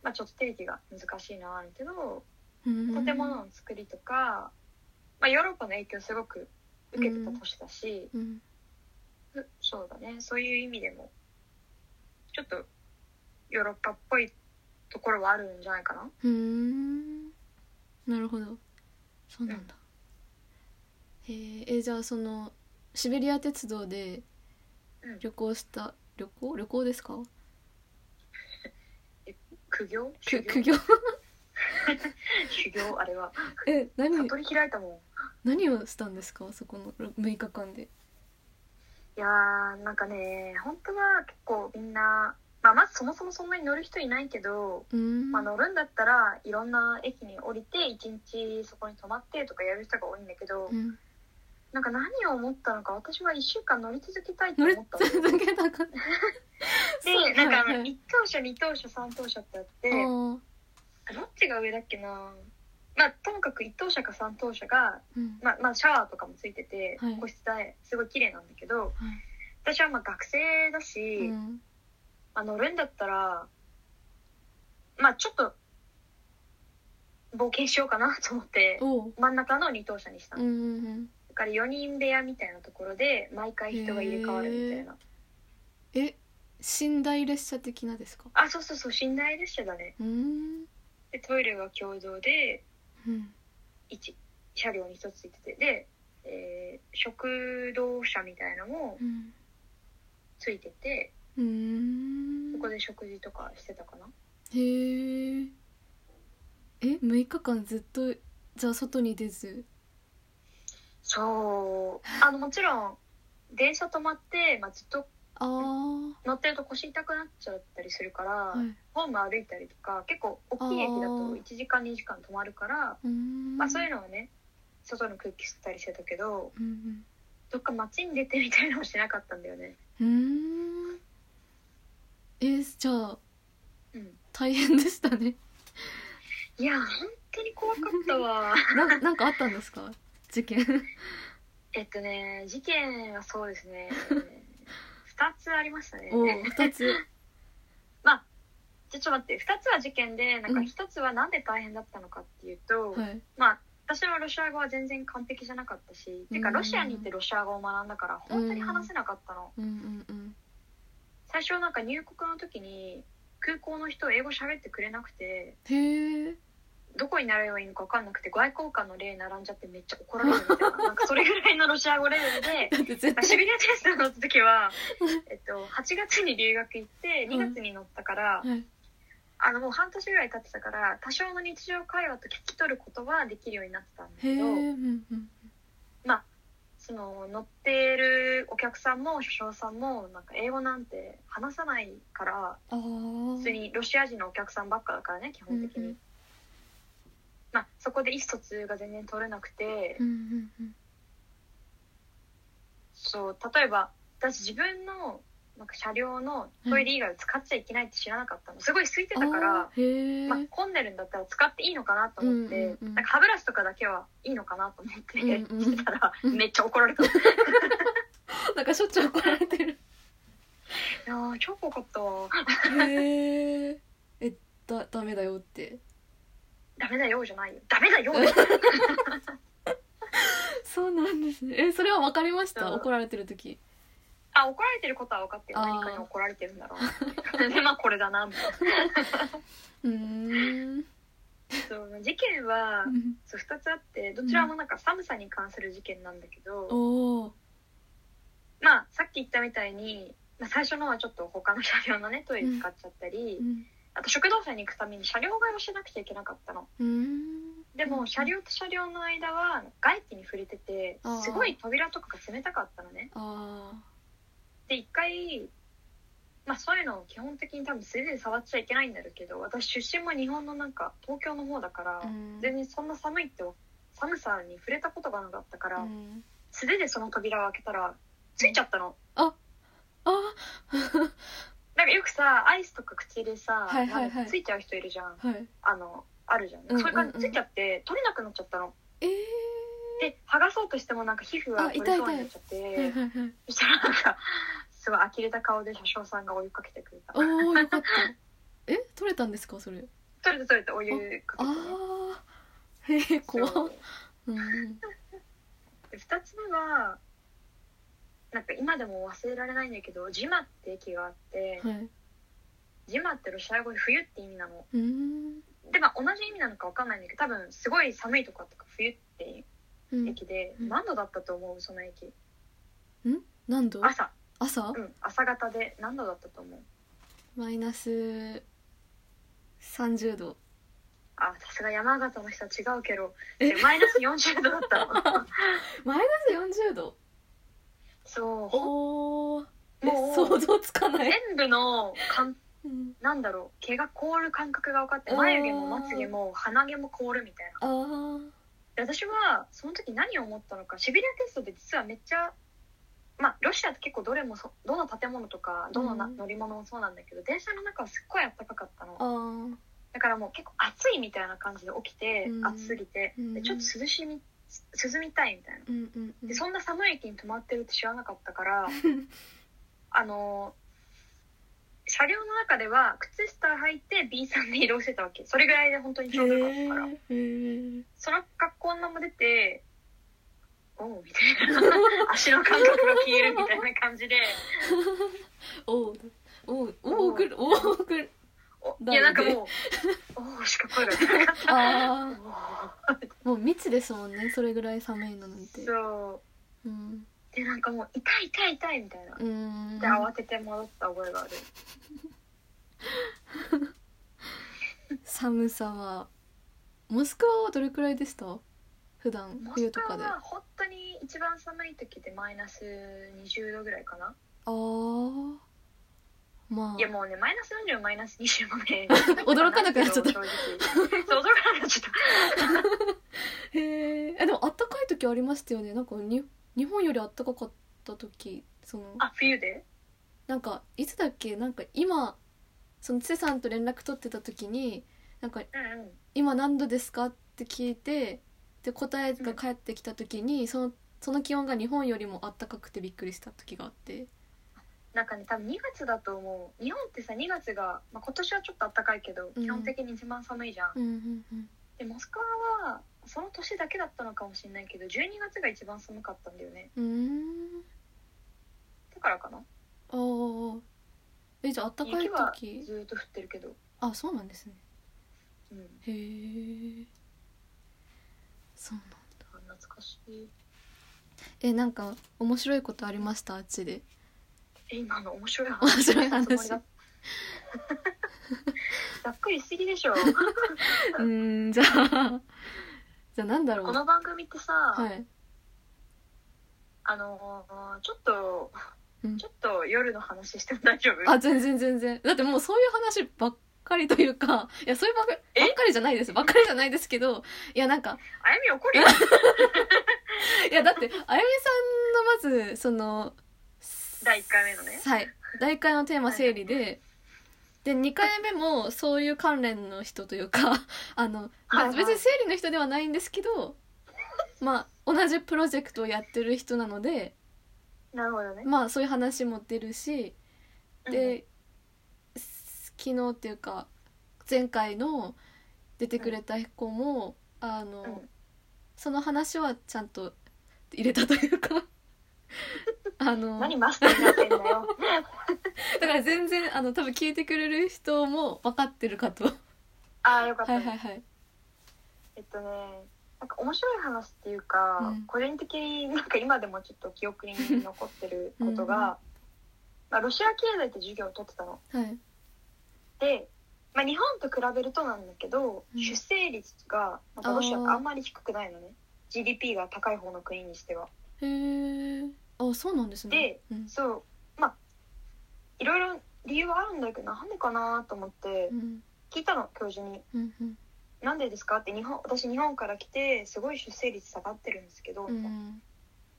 [SPEAKER 2] まあ、ちょっと定義が難しいのはあるけど
[SPEAKER 1] うん
[SPEAKER 2] 建物の作りとか、まあ、ヨーロッパの影響をすごく受けてた都市だし、
[SPEAKER 1] うん
[SPEAKER 2] うそうだねそういう意味でもちょっとヨーロッパっぽいところはあるんじゃないかな
[SPEAKER 1] うんなるほどそうなんだへええじゃあそのシベリア鉄道で
[SPEAKER 2] うん
[SPEAKER 1] 旅行した旅行旅行ですか
[SPEAKER 2] 苦行修
[SPEAKER 1] く苦
[SPEAKER 2] 行
[SPEAKER 1] 行
[SPEAKER 2] 修行あれは
[SPEAKER 1] え何
[SPEAKER 2] 悟り開いたもん
[SPEAKER 1] 何をしたんですかそこの6日間で
[SPEAKER 2] いやーなんかね本当は結構みんな、まあ、まずそもそもそんなに乗る人いないけど、
[SPEAKER 1] うーん
[SPEAKER 2] まあ、乗るんだったらいろんな駅に降りて1日そこに泊まってとかやる人が多いんだけど、
[SPEAKER 1] うん
[SPEAKER 2] なんか何を思ったのか私は1週間乗り続けたいと
[SPEAKER 1] 乗
[SPEAKER 2] 思
[SPEAKER 1] り
[SPEAKER 2] ったの
[SPEAKER 1] 続けた かった
[SPEAKER 2] でなんかあ
[SPEAKER 1] はい
[SPEAKER 2] の
[SPEAKER 1] はい
[SPEAKER 2] 1等車2等車3等車ってあって
[SPEAKER 1] あー
[SPEAKER 2] どっちが上だっけなまあともかく1等車か3等車が、
[SPEAKER 1] うん
[SPEAKER 2] まあ、まあシャワーとかもついてて、
[SPEAKER 1] はい
[SPEAKER 2] 個室ですごい綺麗なんだけど私はまあ学生だし、
[SPEAKER 1] うん
[SPEAKER 2] まあ、乗るんだったらまあちょっと冒険しようかな と思って
[SPEAKER 1] おう
[SPEAKER 2] 真ん中の2等車にした
[SPEAKER 1] う
[SPEAKER 2] の、
[SPEAKER 1] んうんうん
[SPEAKER 2] だから4人部屋みたいなところで毎回人が入れ替わるみたいな。
[SPEAKER 1] え寝台列車的なですか
[SPEAKER 2] あそうそうそう寝台列車だね
[SPEAKER 1] うーん
[SPEAKER 2] でトイレが共同で
[SPEAKER 1] うん
[SPEAKER 2] 1車両に1つついててで、えー食堂車みたいなのも
[SPEAKER 1] うん
[SPEAKER 2] ついてて
[SPEAKER 1] うーん
[SPEAKER 2] そこで食事とかしてたかな
[SPEAKER 1] へーえ6日間ずっとじゃあ外に出ず
[SPEAKER 2] そうあのもちろん電車止まって、まあ、ずっと
[SPEAKER 1] あー
[SPEAKER 2] 乗ってると腰痛くなっちゃったりするから、
[SPEAKER 1] はい
[SPEAKER 2] ホーム歩いたりとか結構大きい駅だと
[SPEAKER 1] あー
[SPEAKER 2] 1時間2時間止まるから
[SPEAKER 1] うーん
[SPEAKER 2] まあ、そういうのはね外の空気吸ったりしてたけど
[SPEAKER 1] うん
[SPEAKER 2] どっか街に出てみたいなのをしなかったんだよね。
[SPEAKER 1] うんうーんえーじゃあ
[SPEAKER 2] うん、
[SPEAKER 1] 大変でしたね
[SPEAKER 2] いや本当に怖かっ たわ。
[SPEAKER 1] ななんかあったんですか事 件
[SPEAKER 2] えっとね事件はそうで すね2つありましたね。
[SPEAKER 1] おお二つ
[SPEAKER 2] まあじゃあちょっと待って2つは事件でなんか
[SPEAKER 1] うん
[SPEAKER 2] 1つはなんで大変だったのかっていうと、
[SPEAKER 1] はい
[SPEAKER 2] まあ私のロシア語は全然完璧じゃなかったし、てか
[SPEAKER 1] うん
[SPEAKER 2] ロシアに行ってロシア語を学んだから本当に話せなかったの。
[SPEAKER 1] うんうん
[SPEAKER 2] 最初なんか入国の時に空港の人英語喋ってくれなくて
[SPEAKER 1] うんへえ
[SPEAKER 2] どこに並べばいいのか分かんなくて外交官の例並んじゃってめっちゃ怒られるみたいななんかそれぐらいのロシア語レベルで
[SPEAKER 1] だって絶
[SPEAKER 2] まあ
[SPEAKER 1] 対
[SPEAKER 2] シベリアテストの 時は、えっと、8月に留学行って2月に乗ったから、
[SPEAKER 1] はい
[SPEAKER 2] あのもう半年ぐらい経ってたから多少の日常会話と聞き取ることはできるようになってたんだ
[SPEAKER 1] へえ
[SPEAKER 2] け
[SPEAKER 1] う
[SPEAKER 2] ど
[SPEAKER 1] んうん
[SPEAKER 2] その乗ってるお客さんも首相さんもなんか英語なんて話さないから
[SPEAKER 1] ああ
[SPEAKER 2] 普通にロシア人のお客さんばっかだからね基本的に、
[SPEAKER 1] うんうん
[SPEAKER 2] まあ、そこで意思疎通が全然取れなくて、
[SPEAKER 1] うんうんうん
[SPEAKER 2] そう例えば私自分のなんか車両のトイレ以外を使っちゃいけないって知らなかったのすごい空いてたから
[SPEAKER 1] あ、ーへえ
[SPEAKER 2] まあ、混んでるんだったら使っていいのかなと思って、
[SPEAKER 1] うんうんうん
[SPEAKER 2] なんか歯ブラシとかだけはいいのかなと思って、
[SPEAKER 1] うんうん
[SPEAKER 2] してたらめっちゃ怒られたい
[SPEAKER 1] なんかしょっちゅう怒られてる
[SPEAKER 2] やー超怖かったわ
[SPEAKER 1] へええだダメだよって
[SPEAKER 2] ダメだよじゃないよダメだよって
[SPEAKER 1] そうなんですねえそれは分かりました
[SPEAKER 2] うん
[SPEAKER 1] 怒られてる時
[SPEAKER 2] あ怒られてることは分かってる
[SPEAKER 1] あー
[SPEAKER 2] 何かに怒られてるんだろうな でまあこれだなみたいな
[SPEAKER 1] うーん
[SPEAKER 2] そう事件は
[SPEAKER 1] うん
[SPEAKER 2] そう2つあってどちらもなんか寒さに関する事件なんだけど、
[SPEAKER 1] おお
[SPEAKER 2] まあさっき言ったみたいに、まあ、最初のはちょっと他の車両のねトイレ使っちゃったり、
[SPEAKER 1] うん
[SPEAKER 2] あと食堂車に行くために車両替えをしなくちゃいけなかったの
[SPEAKER 1] うーん
[SPEAKER 2] でも車両と車両の間は外気に触れてて
[SPEAKER 1] あー
[SPEAKER 2] すごい扉とかが冷たかったのね
[SPEAKER 1] あ
[SPEAKER 2] で一回まあそういうのを基本的に多分素手で触っちゃいけないんだろうけど私出身も日本のなんか東京の方だから、
[SPEAKER 1] あうん
[SPEAKER 2] 全然そんな寒いって寒さに触れたことがなかったから、
[SPEAKER 1] うん
[SPEAKER 2] 素手でその扉を開けたらついちゃったの、
[SPEAKER 1] あ
[SPEAKER 2] なんかよくさアイスとか口でさ、
[SPEAKER 1] はいはいはい
[SPEAKER 2] なんかついちゃう人いるじゃん
[SPEAKER 1] はい
[SPEAKER 2] あのあるじゃん,、
[SPEAKER 1] うんうんうん
[SPEAKER 2] それからついちゃって取れなくなっちゃったの
[SPEAKER 1] え
[SPEAKER 2] で剥がそうとしてもなんか皮膚が
[SPEAKER 1] あ
[SPEAKER 2] 取
[SPEAKER 1] 痛
[SPEAKER 2] れ
[SPEAKER 1] い
[SPEAKER 2] そうになっちゃって
[SPEAKER 1] えはいはいはい
[SPEAKER 2] そしたらなんかすごい呆れた顔で車掌さんが追いかけてくれた
[SPEAKER 1] おおよかった え取れたんですかそれ
[SPEAKER 2] 取れた取れたお湯かけて、ね、
[SPEAKER 1] ああへえ怖
[SPEAKER 2] そう
[SPEAKER 1] っうん
[SPEAKER 2] で2つ目はなんか今でも忘れられないんだけどジマって駅があって、
[SPEAKER 1] はい
[SPEAKER 2] ジマってロシア語で冬って意味なの
[SPEAKER 1] うーん
[SPEAKER 2] でまあ同じ意味なのか分かんないんだけど多分すごい寒いとかとか冬って
[SPEAKER 1] うん
[SPEAKER 2] 駅で、
[SPEAKER 1] うん
[SPEAKER 2] 何度だったと思うその駅
[SPEAKER 1] 何度
[SPEAKER 2] 朝
[SPEAKER 1] 朝
[SPEAKER 2] うん朝方で何度だったと思う
[SPEAKER 1] マイナス30度
[SPEAKER 2] あさすが山形の人は違うけど
[SPEAKER 1] え
[SPEAKER 2] マイナス40度だ ったの
[SPEAKER 1] マイナス40度
[SPEAKER 2] そうほ
[SPEAKER 1] おおえ
[SPEAKER 2] もう
[SPEAKER 1] 想像つかない、
[SPEAKER 2] 全部のかん
[SPEAKER 1] うん、
[SPEAKER 2] なんだろう毛が凍る感覚が分かって
[SPEAKER 1] あー
[SPEAKER 2] 眉毛もまつ毛も鼻毛も凍るみたいな
[SPEAKER 1] あー
[SPEAKER 2] で私はその時何を思ったのかシベリアテストで実はめっちゃまあロシアって結構どれもそどの建物とかどのな
[SPEAKER 1] うん
[SPEAKER 2] 乗り物もそうなんだけど、電車の中はすっごい暖かかったの
[SPEAKER 1] あー
[SPEAKER 2] だからもう結構暑いみたいな感じで起きて、
[SPEAKER 1] うん
[SPEAKER 2] 暑すぎて
[SPEAKER 1] うん
[SPEAKER 2] でちょっと涼しみ涼みたいみたいな
[SPEAKER 1] うんうんうん
[SPEAKER 2] でそんな寒い駅に泊まってるって知らなかったから あの車両の中では靴下履いて B さんで移動してたわけそれぐらいで本当にちょうどよかったから。
[SPEAKER 1] へーへー
[SPEAKER 2] その学校の名も出て、おうみたい な、足の感覚が消えるみたいな感じで、
[SPEAKER 1] おうおうおうくるおうくる
[SPEAKER 2] お
[SPEAKER 1] だよね
[SPEAKER 2] いや、なんかもう、おうしか声が出 なかった。
[SPEAKER 1] あ
[SPEAKER 2] お
[SPEAKER 1] ーもう未知ですもんねそれぐらい寒いのなんて
[SPEAKER 2] うそ
[SPEAKER 1] うん
[SPEAKER 2] う。で、なんかもう、痛い痛い痛いみたいな。
[SPEAKER 1] うーん
[SPEAKER 2] で、慌てて戻った覚えがある。
[SPEAKER 1] 寒さはモスクワはどれくらいでした普段
[SPEAKER 2] モ
[SPEAKER 1] 冬
[SPEAKER 2] ス
[SPEAKER 1] と
[SPEAKER 2] ク
[SPEAKER 1] か
[SPEAKER 2] ワ
[SPEAKER 1] で
[SPEAKER 2] は本当に一番寒い時でマイナス20度ぐらいかな。
[SPEAKER 1] あーま
[SPEAKER 2] いや
[SPEAKER 1] あ
[SPEAKER 2] もうねマイナス40マイナス20もね
[SPEAKER 1] 驚かなくなっちゃった
[SPEAKER 2] 正直 そう驚かなくなっちゃった
[SPEAKER 1] へえでもあったかい時ありましたよねなんかに日本よりあったかかった時その
[SPEAKER 2] あ冬で
[SPEAKER 1] なんかいつだっけなんか今その瀬さんと連絡取ってた時になんか
[SPEAKER 2] うんうん
[SPEAKER 1] 「今何度ですか?」って聞いてで答えが返ってきた時にそのその気温が日本よりもあったかくてびっくりした時があって
[SPEAKER 2] なんかね多分2月だと思う日本ってさ2月が、まあ、今年はちょっと暖かいけど
[SPEAKER 1] うん
[SPEAKER 2] 基本的に一番寒いじゃん、
[SPEAKER 1] うんうんうん
[SPEAKER 2] でモスクワはその年だけだったのかもしれないけど12月が一番寒かったんだよね
[SPEAKER 1] うーん
[SPEAKER 2] だからかな
[SPEAKER 1] ああえじゃああったかい
[SPEAKER 2] 雪は
[SPEAKER 1] 時
[SPEAKER 2] ずっと降ってるけど、
[SPEAKER 1] あそうなんですね
[SPEAKER 2] うん、
[SPEAKER 1] へえそうなん
[SPEAKER 2] あ懐かしい
[SPEAKER 1] えなんか面白いことありましたあっちで
[SPEAKER 2] え今の面白い
[SPEAKER 1] 面
[SPEAKER 2] 話
[SPEAKER 1] 白い話
[SPEAKER 2] ざっくりしすぎで しょ
[SPEAKER 1] うーんじゃあ じゃあなんだろ
[SPEAKER 2] こ
[SPEAKER 1] う
[SPEAKER 2] の番組ってさ、
[SPEAKER 1] はい
[SPEAKER 2] あのーちょっと、
[SPEAKER 1] うん
[SPEAKER 2] ちょっと夜の話しても大丈夫
[SPEAKER 1] あ全然全然だってもうそういう話ばっかりというかいやそういうばっか
[SPEAKER 2] え
[SPEAKER 1] ばっかりじゃないですばっかりじゃないですけどいやなんか
[SPEAKER 2] あやみ怒 るよ
[SPEAKER 1] いやだってあやみさんのまずその
[SPEAKER 2] 第1回目のね
[SPEAKER 1] はい第1回のテーマ整理でで2回目もそういう関連の人というか あの
[SPEAKER 2] はいはい
[SPEAKER 1] 別に整理の人ではないんですけどまあ同じプロジェクトをやってる人なので
[SPEAKER 2] なるほどね、
[SPEAKER 1] まあそういう話も出るし
[SPEAKER 2] うん
[SPEAKER 1] で、昨日っていうか前回の出てくれた子も、あの、
[SPEAKER 2] うん
[SPEAKER 1] その話はちゃんと入れたという かあの
[SPEAKER 2] 何マスターになってんだよ
[SPEAKER 1] だから全然あの多分聞いてくれる人も分かってるかとは
[SPEAKER 2] ああよかっ
[SPEAKER 1] い
[SPEAKER 2] た、
[SPEAKER 1] はいはい
[SPEAKER 2] えっとねなんか面白い話っていうか、
[SPEAKER 1] うん
[SPEAKER 2] 個人的になんか今でもちょっと記憶に残ってることが、
[SPEAKER 1] うん
[SPEAKER 2] まあ、ロシア経済って授業を取ってたの
[SPEAKER 1] はい
[SPEAKER 2] で、まあ、日本と比べるとなんだけど、
[SPEAKER 1] うん
[SPEAKER 2] 出生率がなんかロシアってあんまり低くないのね GDP が高い方の国にしては
[SPEAKER 1] へえあそうなんですねうん
[SPEAKER 2] そうまあいろいろ理由はあるんだけどなんでかなと思って
[SPEAKER 1] うん
[SPEAKER 2] 聞いたの教授に
[SPEAKER 1] うんうん
[SPEAKER 2] 「なんでですか?」って日本私日本から来てすごい出生率下がってるんですけど、
[SPEAKER 1] うん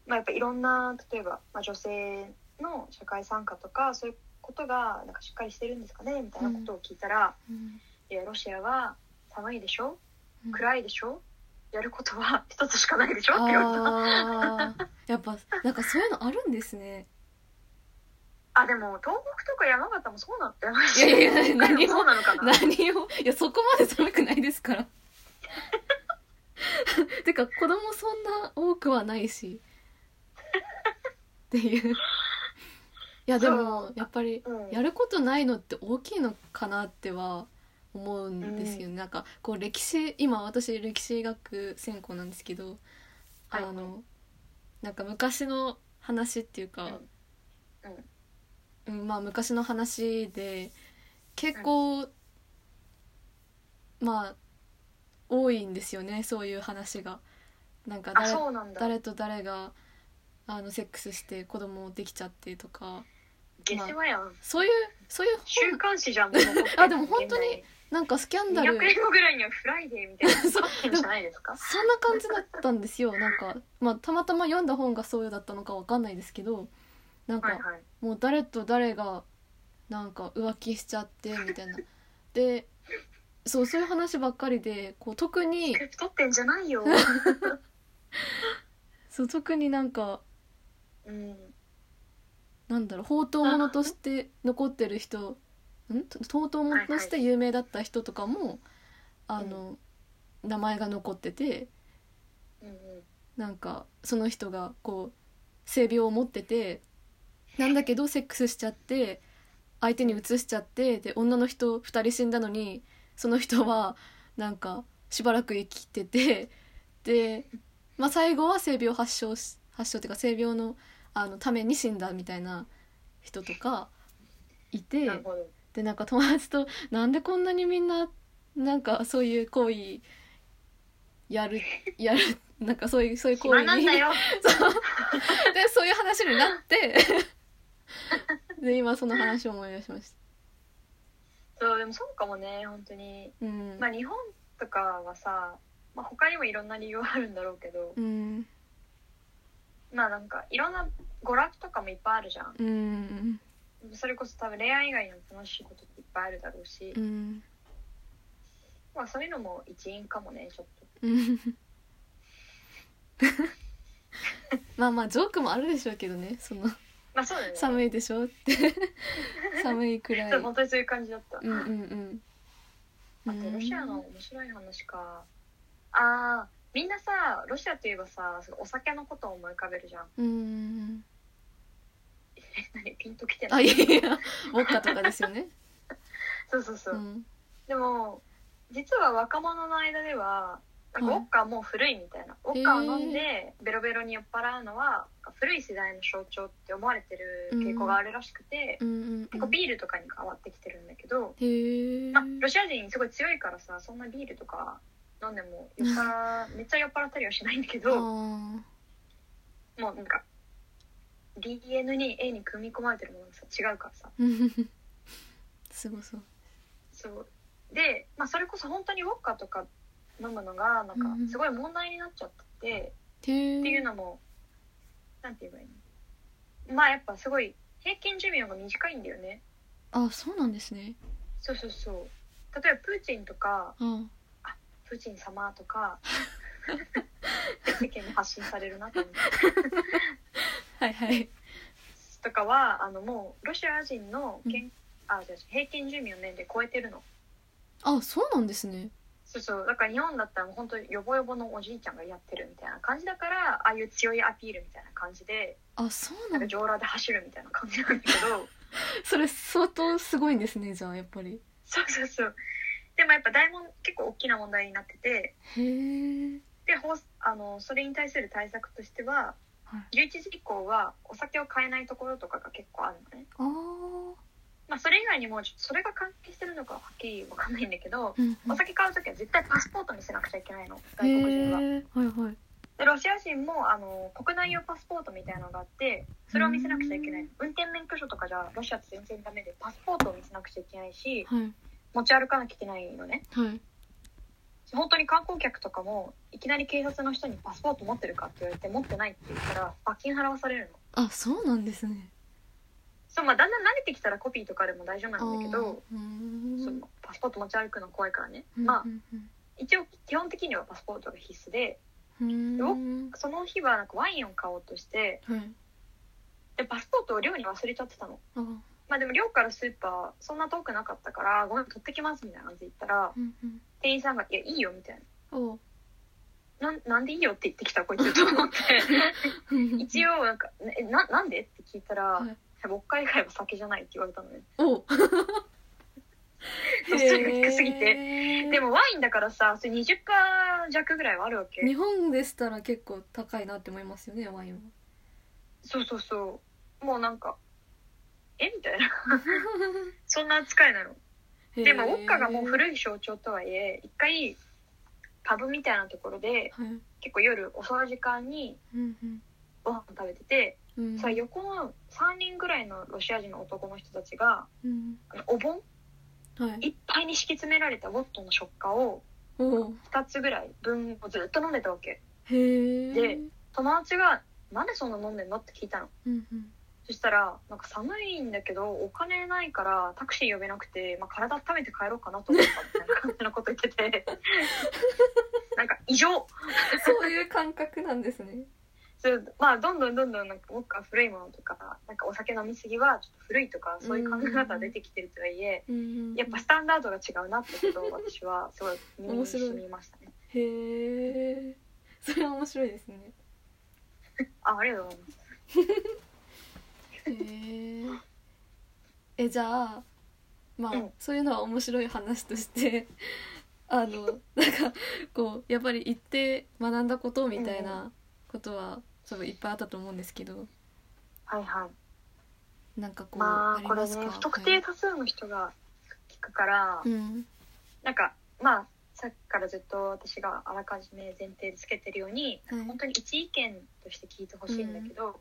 [SPEAKER 2] まあ、やっぱいろんな例えば、まあ、女性の社会参加とかそういうことがなんかしっかりしてるんですかねみたいなことを聞いたら「
[SPEAKER 1] うん
[SPEAKER 2] いやロシアは寒いでしょ
[SPEAKER 1] うん
[SPEAKER 2] 暗いでしょやることは 一つしかないでしょ」って言われた
[SPEAKER 1] あーやっぱなんかそういうのあるんですね
[SPEAKER 2] あでも東北とか山形もそうなってま
[SPEAKER 1] いやいやいや何も
[SPEAKER 2] そうなのかな
[SPEAKER 1] 何をいやそこまで寒くないですから てか子供そんな多くはないしっていういやで
[SPEAKER 2] そ
[SPEAKER 1] も
[SPEAKER 2] う
[SPEAKER 1] やっぱり
[SPEAKER 2] うん
[SPEAKER 1] やることないのって大きいのかなっては思うんですよね、なんかこう歴史今私歴史学専攻なんですけど、
[SPEAKER 2] はい
[SPEAKER 1] あのなんか昔の話っていうか、
[SPEAKER 2] うん
[SPEAKER 1] うんまあ昔の話で結構、まあ多いんですよねそういう話がなんか
[SPEAKER 2] あ
[SPEAKER 1] 誰
[SPEAKER 2] そうなんだ
[SPEAKER 1] 誰と誰があのセックスして子供できちゃってとか
[SPEAKER 2] 下世話やん
[SPEAKER 1] そういうそういう
[SPEAKER 2] 週
[SPEAKER 1] 本
[SPEAKER 2] 刊誌じゃんもう
[SPEAKER 1] あでも本当になんかスキャン
[SPEAKER 2] 現
[SPEAKER 1] ダ
[SPEAKER 2] 代
[SPEAKER 1] ル
[SPEAKER 2] 200年後ぐらいにはフライデーみたいな
[SPEAKER 1] そう
[SPEAKER 2] そうじゃないですか
[SPEAKER 1] そんな感じだったんですよなんか、まあ、たまたま読んだ本がそうだったのかわかんないですけどなんか、
[SPEAKER 2] はいはい
[SPEAKER 1] もう誰と誰がなんか浮気しちゃってみたいなでそうそういう話ばっかりでこう特に
[SPEAKER 2] 太ってんじゃないよ
[SPEAKER 1] そう特になんか
[SPEAKER 2] うん
[SPEAKER 1] なんだろう宝刀者として残ってる人ん宝刀者として有名だった人とかも、
[SPEAKER 2] い
[SPEAKER 1] あの、名前が残ってて
[SPEAKER 2] うんうん
[SPEAKER 1] なんかその人がこう性病を持っててなんだけどセックスしちゃって相手に移しちゃってで女の人2人死んだのにその人はなんかしばらく生きててで、まあ、最後は性病発症し発症っていうか性病のあのために死んだみたいな人とかいて
[SPEAKER 2] なるほど
[SPEAKER 1] でなんか友達と「なんでこんなにみんななんかそういう行為やるやるなんかそう いうそういう行為
[SPEAKER 2] 暇なんだ
[SPEAKER 1] に
[SPEAKER 2] よ
[SPEAKER 1] そうでそういう話になってで今その話を思い出しまし
[SPEAKER 2] そうでもそうかもね本当に
[SPEAKER 1] たうん
[SPEAKER 2] まあ日本とかはさ、まあ、他にもいろんな理由はあるんだろうけど
[SPEAKER 1] うん
[SPEAKER 2] まあなんかいろんな娯楽とかもいっぱいあるじゃん
[SPEAKER 1] うん
[SPEAKER 2] それこそ多分恋愛以外にも楽しいことっていっぱいあるだろうし、
[SPEAKER 1] うん
[SPEAKER 2] まあそういうのも一因かもねちょっと
[SPEAKER 1] うんまあまあジョークもあるでしょうけどねその
[SPEAKER 2] まあそうだよね
[SPEAKER 1] 寒いでしょって寒いくらい
[SPEAKER 2] そう
[SPEAKER 1] うん
[SPEAKER 2] 本当にそういう感じだった、
[SPEAKER 1] うんうん
[SPEAKER 2] あとロシアの面白い話かあーみんなさロシアといえばさそのお酒のことを思い浮かべるじゃん
[SPEAKER 1] う ん
[SPEAKER 2] 何ピンときてな
[SPEAKER 1] あ
[SPEAKER 2] い
[SPEAKER 1] いやいやウォッカとかですよね
[SPEAKER 2] そうそうそうう、
[SPEAKER 1] ん
[SPEAKER 2] でも実は若者の間ではなん
[SPEAKER 1] はい
[SPEAKER 2] かウォッカはもう古いみたいな、ウォッカを飲んでベロベロに酔っ払うのは古い世代の象徴って思われてる傾向があるらしくて、
[SPEAKER 1] うんうんう
[SPEAKER 2] 結構
[SPEAKER 1] ん
[SPEAKER 2] ビールとかに変わってきてるんだけど、
[SPEAKER 1] へえ
[SPEAKER 2] まあ、ロシア人すごい強いからさそんなビールとか飲んでも酔っ払めっちゃ酔っ払ったりはしないんだけども
[SPEAKER 1] あ
[SPEAKER 2] うなんか DNA に組み込まれてるものがさ違うからさ
[SPEAKER 1] ー すごそう
[SPEAKER 2] そうで、まあ、それこそ本当にウォッカとか飲むのがな
[SPEAKER 1] うんうん
[SPEAKER 2] んかすごい問題になっちゃってて。
[SPEAKER 1] へえ
[SPEAKER 2] っていうのも、なんて言えばいいのまあやっぱすごい平均寿命が短いんだよね
[SPEAKER 1] あそうなんですね
[SPEAKER 2] そうそうそう例えばプーチンとか
[SPEAKER 1] あ
[SPEAKER 2] プーチン様とか世間に発信されるなと思って
[SPEAKER 1] はいはい
[SPEAKER 2] とかはあのもうロシア人のけん、あ違う違う平均寿命を年で超えてるの
[SPEAKER 1] あそうなんですね
[SPEAKER 2] そうそうだから日本だったらもう本当にヨボヨボのおじいちゃんがやってるみたいな感じだからああいう強いアピールみたいな感じで
[SPEAKER 1] あそう
[SPEAKER 2] な
[SPEAKER 1] なんん
[SPEAKER 2] か
[SPEAKER 1] だ
[SPEAKER 2] 上裸で走るみたいな感じなんだけ ど
[SPEAKER 1] それ相当すごいんですねじゃあやっぱり
[SPEAKER 2] そうそうそう。でもやっぱ大問結構大きな問題になってて、
[SPEAKER 1] へえ
[SPEAKER 2] で法あのそれに対する対策としては、
[SPEAKER 1] は
[SPEAKER 2] 11時以降はお酒を買えないところとかが結構あるのね。
[SPEAKER 1] あー
[SPEAKER 2] まあそれ以外にもちょっとそれが関係してるのかははっきりわかんないんだけど、
[SPEAKER 1] うん
[SPEAKER 2] お酒買うときは絶対パスポート見せなくちゃいけないの
[SPEAKER 1] へ
[SPEAKER 2] 外国人は。
[SPEAKER 1] えはいはい
[SPEAKER 2] でロシア人もあの国内用パスポートみたいなのがあってそれを見せなくちゃいけないの運転免許証とかじゃロシアって全然ダメでパスポートを見せなくちゃいけないし
[SPEAKER 1] はい
[SPEAKER 2] 持ち歩かなきゃいけないのね。
[SPEAKER 1] はい
[SPEAKER 2] 本当に観光客とかもいきなり警察の人にパスポート持ってるかって言われて持ってないって言ったら罰金払わされるの
[SPEAKER 1] あそうなんですね
[SPEAKER 2] そう、まあ、だんだん慣れてきたらコピーとかでも大丈夫なんだけど、
[SPEAKER 1] あーうーん
[SPEAKER 2] そのパスポート持ち歩くの怖いからね、
[SPEAKER 1] うん
[SPEAKER 2] まあ
[SPEAKER 1] うん
[SPEAKER 2] 一応基本的にはパスポートが必須で
[SPEAKER 1] うん
[SPEAKER 2] よ
[SPEAKER 1] うーん
[SPEAKER 2] その日はなんかワインを買おうとして
[SPEAKER 1] はい
[SPEAKER 2] でパスポートを寮に忘れちゃってたの。
[SPEAKER 1] あ
[SPEAKER 2] まあでも寮からスーパーそんな遠くなかったからごめん取ってきますみたいな感じで言ったら
[SPEAKER 1] うんうん
[SPEAKER 2] 店員さんが「いやいいよ」みたい
[SPEAKER 1] お
[SPEAKER 2] ななん「なんでいいよ」って言ってきたこいつと思 って。一
[SPEAKER 1] 応
[SPEAKER 2] 応なんか「えななんで?」って聞いたら
[SPEAKER 1] はい
[SPEAKER 2] 「僕回以外は酒じゃない」って言われたのね
[SPEAKER 1] お
[SPEAKER 2] 度数が低すぎて
[SPEAKER 1] て
[SPEAKER 2] でもワインだからさそれ20%弱ぐらいはあるわ
[SPEAKER 1] 日
[SPEAKER 2] け
[SPEAKER 1] 本でしたら結構高いなって思いますよねワインは
[SPEAKER 2] そうそうそうもうなんか「えみたいなそんな扱いなの でもウォッカがもう
[SPEAKER 1] い、
[SPEAKER 2] 古い象徴とはいえ一回パブみたいなところで
[SPEAKER 1] はい
[SPEAKER 2] 結構夜遅い時間に
[SPEAKER 1] うんうん
[SPEAKER 2] ご飯食べてて、
[SPEAKER 1] うん
[SPEAKER 2] さ横の3人ぐらいのロシア人の男の人たちが
[SPEAKER 1] うん
[SPEAKER 2] あのお盆
[SPEAKER 1] はい
[SPEAKER 2] いっぱいに敷き詰められたウォットの食感を
[SPEAKER 1] お
[SPEAKER 2] 2つぐらい分をずっと飲んでたわけ
[SPEAKER 1] へえ
[SPEAKER 2] で友達が「なんでそんな飲んでんの?」って聞いたの
[SPEAKER 1] うんうん
[SPEAKER 2] そしたら「なんか寒いんだけどお金ないからタクシー呼べなくて、まあ、体温めて帰ろうかなと思った」みたいな感じのこと言って てなんか異常
[SPEAKER 1] そういう感覚なんですね
[SPEAKER 2] そうまあどんどんどんどんなんか僕は古いものとかなんかお酒飲みすぎはちょっと古いとかそういう考え方が出てきてるとはいえやっぱスタンダードが違うなってことを私はすごい身に染みましたね。
[SPEAKER 1] へえそれは面白いですね
[SPEAKER 2] あありがとうございます。
[SPEAKER 1] へーえじゃあまあ、
[SPEAKER 2] うん
[SPEAKER 1] そういうのは面白い話としてあのなんかこうやっぱり行って学んだことみたいなことは多分いっぱいあったと思うんですけど
[SPEAKER 2] はいはい
[SPEAKER 1] なんかこう、
[SPEAKER 2] ま
[SPEAKER 1] あ
[SPEAKER 2] あ
[SPEAKER 1] り
[SPEAKER 2] これ
[SPEAKER 1] ますか
[SPEAKER 2] ね不特定
[SPEAKER 1] はい
[SPEAKER 2] 多数の人が聞くから、
[SPEAKER 1] うん
[SPEAKER 2] なんかまあさっきからずっと私があらかじめ前提でつけてるように
[SPEAKER 1] はい
[SPEAKER 2] 本当に一意見として聞いてほしいんだけど、ま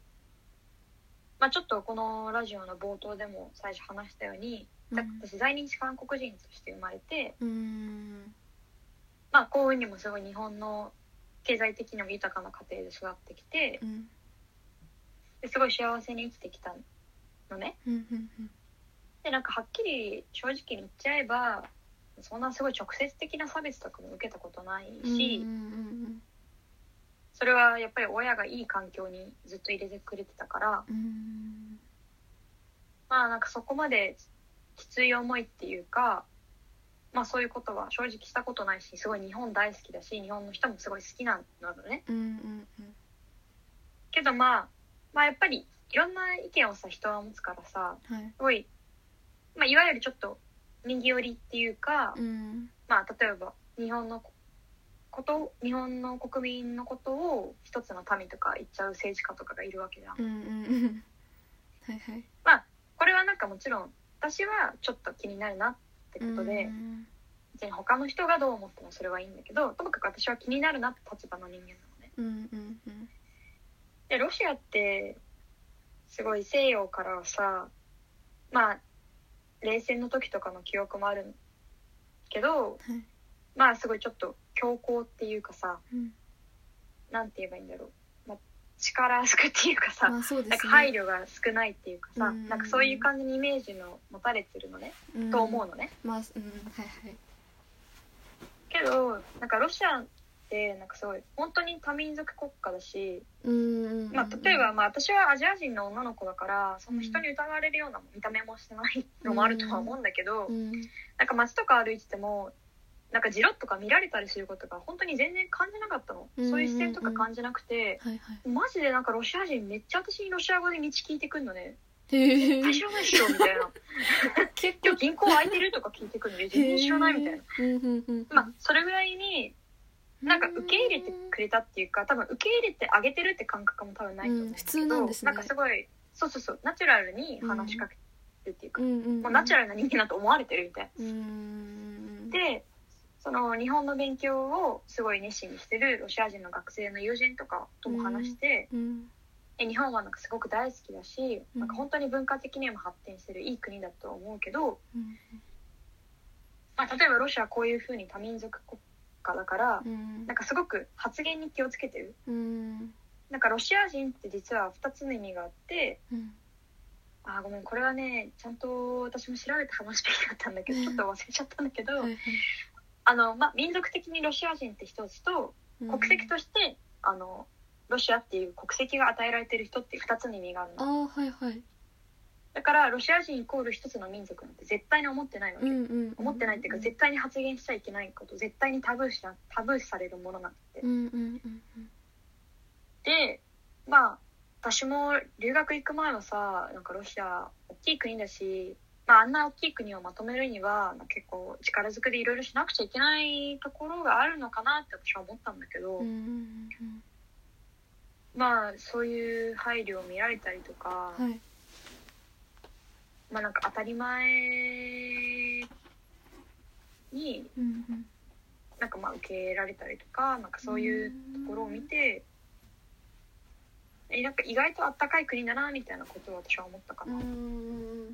[SPEAKER 2] まあ、ちょっとこのラジオの冒頭でも最初話したように、だ私在日韓国人として生まれて、
[SPEAKER 1] うん
[SPEAKER 2] まあ、幸運にもすごい日本の経済的にも豊かな家庭で育ってきて
[SPEAKER 1] うん
[SPEAKER 2] ですごい幸せに生きてきたのね。
[SPEAKER 1] うんうん
[SPEAKER 2] でなんかはっきり正直に言っちゃえばそんなすごい直接的な差別とかも受けたことない
[SPEAKER 1] うん
[SPEAKER 2] し、
[SPEAKER 1] うんうん
[SPEAKER 2] それはやっぱり親がいい環境にずっと入れてくれてたから
[SPEAKER 1] うん
[SPEAKER 2] まあなんかそこまできつい思いっていうかまあそういうことは正直したことないしすごい日本大好きだし日本の人もすごい好きなのね。
[SPEAKER 1] うんうんうん
[SPEAKER 2] けどまあまあやっぱりいろんな意見をさ人は持つからさ
[SPEAKER 1] はい
[SPEAKER 2] すごい、まあ、いわゆるちょっと右寄りっていうか、
[SPEAKER 1] うん
[SPEAKER 2] まあ例えば日本のことを日本の国民のことを一つの民とか言っちゃう政治家とかがいるわけじゃん。
[SPEAKER 1] うんうんうんはいはい
[SPEAKER 2] これはなんかもちろん私はちょっと気になるなってことで、
[SPEAKER 1] うん
[SPEAKER 2] 別に他の人がどう思ってもそれはいいんだけどともかく私は気になるなって立場の人間なのね。
[SPEAKER 1] うんうんうん
[SPEAKER 2] でロシアってすごい西洋からはさまあ冷戦の時とかの記憶もあるけど
[SPEAKER 1] はい
[SPEAKER 2] まあすごいちょっと強硬っていうかさ
[SPEAKER 1] うん
[SPEAKER 2] なんて言えばいいんだろう、まあ、力少っていうかさ、
[SPEAKER 1] まあそう
[SPEAKER 2] な
[SPEAKER 1] で
[SPEAKER 2] ん
[SPEAKER 1] す
[SPEAKER 2] か
[SPEAKER 1] ね
[SPEAKER 2] 配慮が少ないっていうかさ、
[SPEAKER 1] うん
[SPEAKER 2] なんかそういう感じにイメージの持たれてるのね、と思うのね。
[SPEAKER 1] うんまあうんはいはい
[SPEAKER 2] けどなんかロシアってなんかすごい本当に多民族国家だし、
[SPEAKER 1] うんうんうん
[SPEAKER 2] まあ、例えば、まあ、私はアジア人の女の子だからその人に疑われるような見た目もしてないのもあるとは思うんだけど、
[SPEAKER 1] うん
[SPEAKER 2] なんか街とか歩いててもなんかじろっとか見られたりすることが本当に全然感じなかったの、
[SPEAKER 1] うん
[SPEAKER 2] そういう視線とか感じなくて。
[SPEAKER 1] はいはい
[SPEAKER 2] マジでなんかロシア人めっちゃ私にロシア語で道聞いてくんのね
[SPEAKER 1] へ
[SPEAKER 2] 絶対知らないっしょみた いな
[SPEAKER 1] 結
[SPEAKER 2] 今日銀行空いてるとか聞いてくるので全然知らないみたいな
[SPEAKER 1] うんうんうん
[SPEAKER 2] まあそれぐらいになんか受け入れてくれたっていうか多分受け入れてあげてるって感覚も多分ないと思うんだけど、
[SPEAKER 1] うん普通なんですね
[SPEAKER 2] なんかすごいそうそうそうナチュラルに話しかけてっていうか、
[SPEAKER 1] うんうんうん
[SPEAKER 2] もうナチュラルな人間だと思われてるみたい
[SPEAKER 1] うんうん
[SPEAKER 2] な。でその日本の勉強をすごい熱心にしてるロシア人の学生の友人とかとも話して、
[SPEAKER 1] うん
[SPEAKER 2] え日本はなんかすごく大好きだし、
[SPEAKER 1] うん
[SPEAKER 2] なんか本当に文化的にも発展してるいい国だと思うけど、
[SPEAKER 1] うん
[SPEAKER 2] まあ、例えばロシアはこういうふうに多民族国家だから、
[SPEAKER 1] うん
[SPEAKER 2] なんかすごく発言に気をつけてる
[SPEAKER 1] うん
[SPEAKER 2] なんかロシア人って実は2つの意味があって
[SPEAKER 1] うん
[SPEAKER 2] あーごめんこれはねちゃんと私も調べて話してきだったんだけどちょっと忘れちゃったんだけど、
[SPEAKER 1] はいはい
[SPEAKER 2] あのまあ、民族的にロシア人って一つと
[SPEAKER 1] うん
[SPEAKER 2] 国籍として、あのロシアっていう国籍が与えられてる人って2つの意味がある
[SPEAKER 1] あ
[SPEAKER 2] の
[SPEAKER 1] あはいはい
[SPEAKER 2] だからロシア人イコール1つの民族なんて絶対に思ってないわけ、
[SPEAKER 1] うんうん
[SPEAKER 2] 思ってないっていうか絶対に発言しちゃいけないこと絶対にタブーしなタブー視されるものなんて、
[SPEAKER 1] うんうんうん
[SPEAKER 2] でまあ私も留学行く前はさなんかロシア大きい国だし、まあ、あんな大きい国をまとめるには、まあ、結構力ずくでいろいろしなくちゃいけないところがあるのかなって私は思ったんだけど、
[SPEAKER 1] うんうんうん
[SPEAKER 2] まあそういう配慮を見られたりとか、
[SPEAKER 1] はい
[SPEAKER 2] まあなんか当たり前に
[SPEAKER 1] うんうん
[SPEAKER 2] なんかまあ受け入れられたりとかなんかそういうところを見て、えなんか意外とあったかい国だなみたいなことを私は思ったか
[SPEAKER 1] う
[SPEAKER 2] な。
[SPEAKER 1] んうん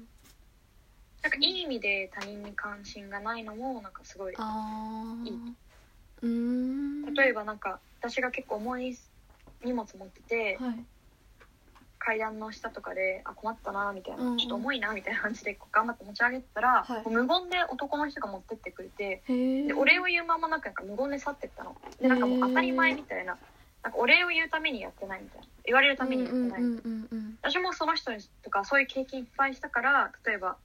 [SPEAKER 2] なんかいい意味で他人に関心がないのもなんかすごい
[SPEAKER 1] あ
[SPEAKER 2] いい
[SPEAKER 1] あうん
[SPEAKER 2] 例えばなんか私が結構重い荷物持ってて
[SPEAKER 1] はい
[SPEAKER 2] 階段の下とかであ困ったなみたいな、
[SPEAKER 1] うんうん
[SPEAKER 2] ちょっと重いなみたいな感じでこう頑張って持ち上げてたら、
[SPEAKER 1] はい
[SPEAKER 2] もう無言で男の人が持ってってくれて
[SPEAKER 1] へえ
[SPEAKER 2] でお礼を言うままなんか無言で去ってったのでなんかもう当たり前みたいななんかお礼を言うためにやってないみたいな言われるためにやってない、
[SPEAKER 1] うんうんうん
[SPEAKER 2] 私もその人とかそういう経験いっぱいしたから例えば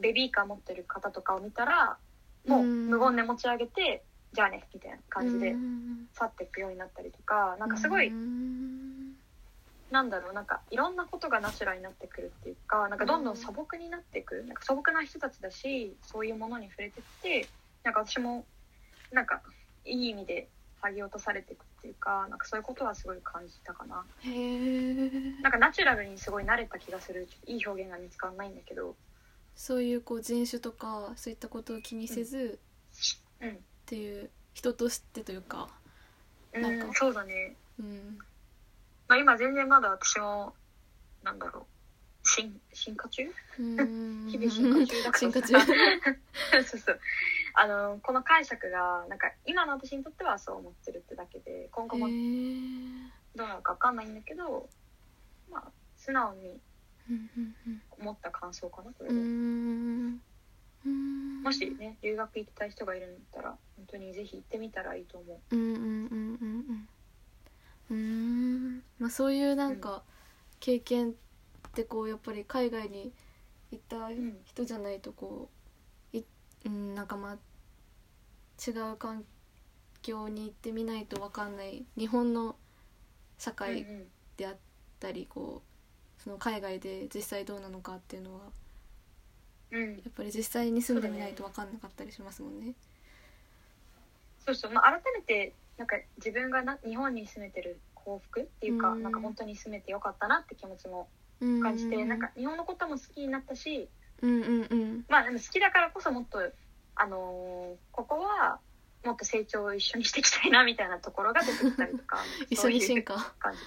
[SPEAKER 2] ベビーカー持ってる方とかを見たらもう
[SPEAKER 1] うん
[SPEAKER 2] 無言で持ち上げて、じゃあねみたいな感じで
[SPEAKER 1] うんうん
[SPEAKER 2] 去っていくようになったりとか、
[SPEAKER 1] う
[SPEAKER 2] なんかすごい、
[SPEAKER 1] うん
[SPEAKER 2] なんだろうなんかいろんなことがナチュラルになってくるっていうかなんかどんどん素朴になっていくなんか素朴な人たちだしそういうものに触れてってなんか私もなんかいい意味で剥ぎ落とされていくっていうかなんかそういうことはすごい感じたかな。
[SPEAKER 1] へえ
[SPEAKER 2] なんかナチュラルにすごい慣れた気がするちょっといい表現が見つからないんだけど
[SPEAKER 1] そういうこう人種とかそういったことを気にせず
[SPEAKER 2] うん
[SPEAKER 1] っていう人としてというか、
[SPEAKER 2] う
[SPEAKER 1] なんんか
[SPEAKER 2] そうだね、
[SPEAKER 1] うん、
[SPEAKER 2] まあ、今全然まだ私もなんだろう進進化中
[SPEAKER 1] うん
[SPEAKER 2] 日々進化中だ から さ
[SPEAKER 1] 進化中
[SPEAKER 2] そうそうあのこの解釈がなんか今の私にとってはそう思ってるってだけで今後も
[SPEAKER 1] へー
[SPEAKER 2] どうなるか分かんないんだけど、まあ素直に
[SPEAKER 1] うんうんうん
[SPEAKER 2] 思った感想かなこれ
[SPEAKER 1] う
[SPEAKER 2] で、
[SPEAKER 1] んうん
[SPEAKER 2] もしね留学行きたい人がいるんだったら本当にぜひ行ってみたらいいと思う
[SPEAKER 1] うんうんうんうんうんうーんまあそういうなんか経験ってこうやっぱり海外に行った
[SPEAKER 2] ん
[SPEAKER 1] 人じゃないとこういうんなんかまあ違う環境に行ってみないとわかんない日本の社
[SPEAKER 2] うんう
[SPEAKER 1] 会
[SPEAKER 2] ん
[SPEAKER 1] であったりこうその海外で実際どうなのかっていうのは
[SPEAKER 2] うん
[SPEAKER 1] やっぱり実際に住んでみないとわかんなかったりしますもんね。
[SPEAKER 2] そうそう、まあ、改めてなんか自分がな日本に住めてる幸福っていうか、
[SPEAKER 1] うん
[SPEAKER 2] なんか本当に住めてよかったなって気持ちも
[SPEAKER 1] 感
[SPEAKER 2] 感じて、なんか日本のことも好きになったし
[SPEAKER 1] うんうんうん
[SPEAKER 2] まあでも好きだからこそもっとあのーここはもっと成長を一緒にしていきたいなみたいなところが出てきたりとか
[SPEAKER 1] 一緒に
[SPEAKER 2] そうい
[SPEAKER 1] 進
[SPEAKER 2] う
[SPEAKER 1] 化
[SPEAKER 2] 感じ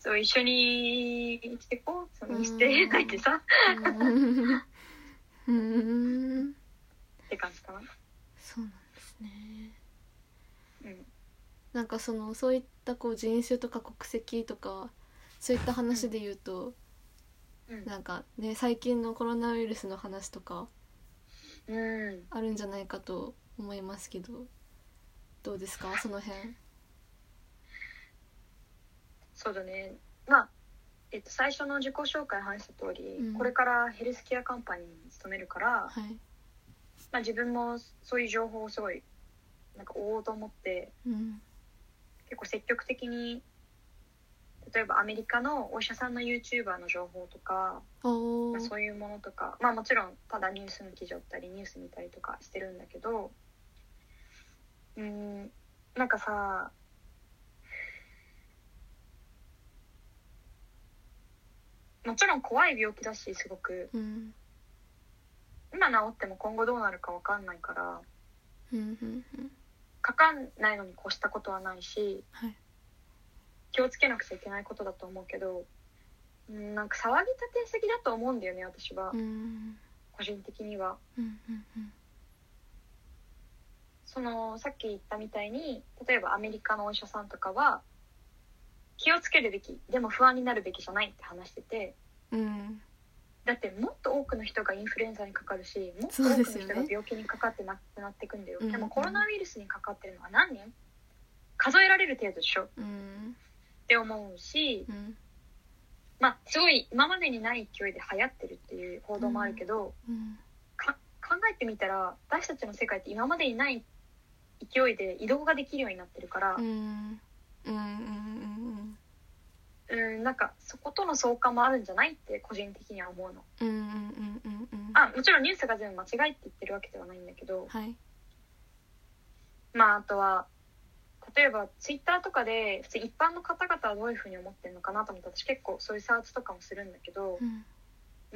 [SPEAKER 2] そう一緒に生きてこうその見捨
[SPEAKER 1] う
[SPEAKER 2] て
[SPEAKER 1] ん
[SPEAKER 2] ないでさ
[SPEAKER 1] うんうん
[SPEAKER 2] って感じかな。
[SPEAKER 1] そうなんですね
[SPEAKER 2] うん
[SPEAKER 1] なんかそのそういったこう人種とか国籍とかそういった話で言うと、
[SPEAKER 2] うん
[SPEAKER 1] なんかね最近のコロナウイルスの話とか
[SPEAKER 2] うん、
[SPEAKER 1] あるんじゃないかと思いますけどどうですかその辺
[SPEAKER 2] そうだねまあえっと、最初の自己紹介話した通り、
[SPEAKER 1] うん
[SPEAKER 2] これからヘルスケアカンパニーに勤めるから、
[SPEAKER 1] はい
[SPEAKER 2] まあ、自分もそういう情報をすごいなんか追おうと思って
[SPEAKER 1] うん
[SPEAKER 2] 結構積極的に例えばアメリカのお医者さんの YouTuber の情報とか、
[SPEAKER 1] お
[SPEAKER 2] まあ、
[SPEAKER 1] ー
[SPEAKER 2] そういうものとかまあもちろんただニュースの記事を追ったりニュース見たりとかしてるんだけどうーんなんかさもちろん怖い病気だしすごく
[SPEAKER 1] うん
[SPEAKER 2] 今治っても今後どうなるかわかんないから
[SPEAKER 1] うんうんうん
[SPEAKER 2] かかんないのに越したことはないし
[SPEAKER 1] はい
[SPEAKER 2] 気をつけなくちゃいけないことだと思うけどうんなんか騒ぎ立てすぎだと思うんだよね私は
[SPEAKER 1] うん
[SPEAKER 2] 個人的には。
[SPEAKER 1] うんうんうん
[SPEAKER 2] そのさっき言ったみたいに例えばアメリカのお医者さんとかは気をつけるべきでも不安になるべきじゃないって話してて
[SPEAKER 1] うん
[SPEAKER 2] だってもっと多くの人がインフルエンザにかかるしもっと
[SPEAKER 1] そ
[SPEAKER 2] 多
[SPEAKER 1] う
[SPEAKER 2] くの
[SPEAKER 1] ですよ
[SPEAKER 2] 人
[SPEAKER 1] ね
[SPEAKER 2] が病気にかかってなくなっていくんだよ
[SPEAKER 1] うんうん
[SPEAKER 2] でもコロナウイルスにかかってるのは何人数えられる程度でしょっ
[SPEAKER 1] うん
[SPEAKER 2] て思うし
[SPEAKER 1] うん
[SPEAKER 2] まあ、すごい今までにない勢いで流行ってるっていう報道もあるけど、
[SPEAKER 1] うん
[SPEAKER 2] か考えてみたら私たちの世界って今までにない勢いで移動ができるようになってるから、
[SPEAKER 1] う
[SPEAKER 2] うん
[SPEAKER 1] んうんうんうん
[SPEAKER 2] なんかそことの相関もあるんじゃないって個人的には思うの
[SPEAKER 1] うんうんうんうんうん
[SPEAKER 2] あもちろんニュースが全部間違いって言ってるわけではないんだけど、
[SPEAKER 1] はい
[SPEAKER 2] まああとは例えばツイッターとかで普通一般の方々はどういうふうに思ってるのかなと思って私結構そういうサーチとかもするんだけど、
[SPEAKER 1] うん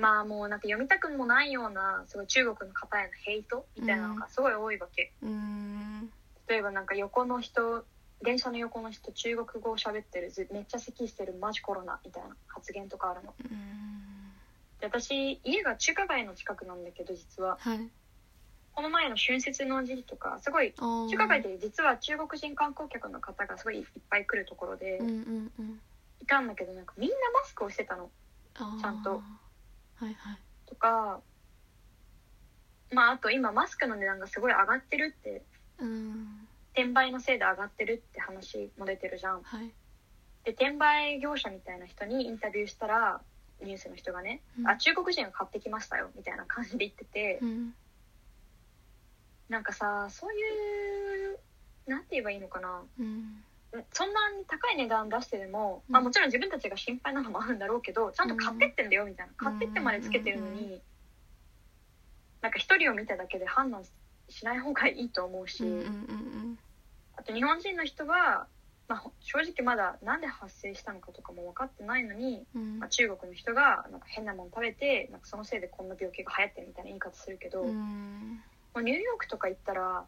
[SPEAKER 2] まあもうなんか読みたくもないようなすごい中国の方へのヘイトみたいなのがすごい多いわけ。
[SPEAKER 1] うん
[SPEAKER 2] 例えばなんか横の人電車の横の人中国語を喋ってるずめっちゃ咳してるマジコロナみたいな発言とかあるの
[SPEAKER 1] うん
[SPEAKER 2] で私家が中華街の近くなんだけど実は
[SPEAKER 1] はい
[SPEAKER 2] この前の春節の時期とかすごい
[SPEAKER 1] あー
[SPEAKER 2] 中華街で実は中国人観光客の方がすごいいっぱい来るところで
[SPEAKER 1] うんうんうん
[SPEAKER 2] いたんだけどなんかみんなマスクをしてたの
[SPEAKER 1] あー
[SPEAKER 2] ちゃんと
[SPEAKER 1] はいはい
[SPEAKER 2] とかまああと今マスクの値段がすごい上がってるって
[SPEAKER 1] うん
[SPEAKER 2] 転売のせいで上がってるって話も出てるじゃん
[SPEAKER 1] はい
[SPEAKER 2] で転売業者みたいな人にインタビューしたらニュースの人がね、
[SPEAKER 1] うん
[SPEAKER 2] あ中国人が買ってきましたよみたいな感じで言ってて、
[SPEAKER 1] うん
[SPEAKER 2] なんかさそういうなんて言えばいいのかな
[SPEAKER 1] うん
[SPEAKER 2] そんなに高い値段出してでも、
[SPEAKER 1] うん
[SPEAKER 2] まあ、もちろん自分たちが心配なのもあるんだろうけどちゃんと買ってってんだよみたいな、買ってってまでつけてるのに、
[SPEAKER 1] う
[SPEAKER 2] なんか一人を見ただけで判断しない方がいいと思うし、
[SPEAKER 1] うんうんうん
[SPEAKER 2] あと日本人の人は、まあ、正直まだなんで発生したのかとかも分かってないのに
[SPEAKER 1] うん
[SPEAKER 2] まあ、中国の人がなんか変なもの食べてなんかそのせいでこんな病気が流行ってるみたいな言い方するけど、
[SPEAKER 1] う
[SPEAKER 2] も
[SPEAKER 1] ん
[SPEAKER 2] うニューヨークとか行ったら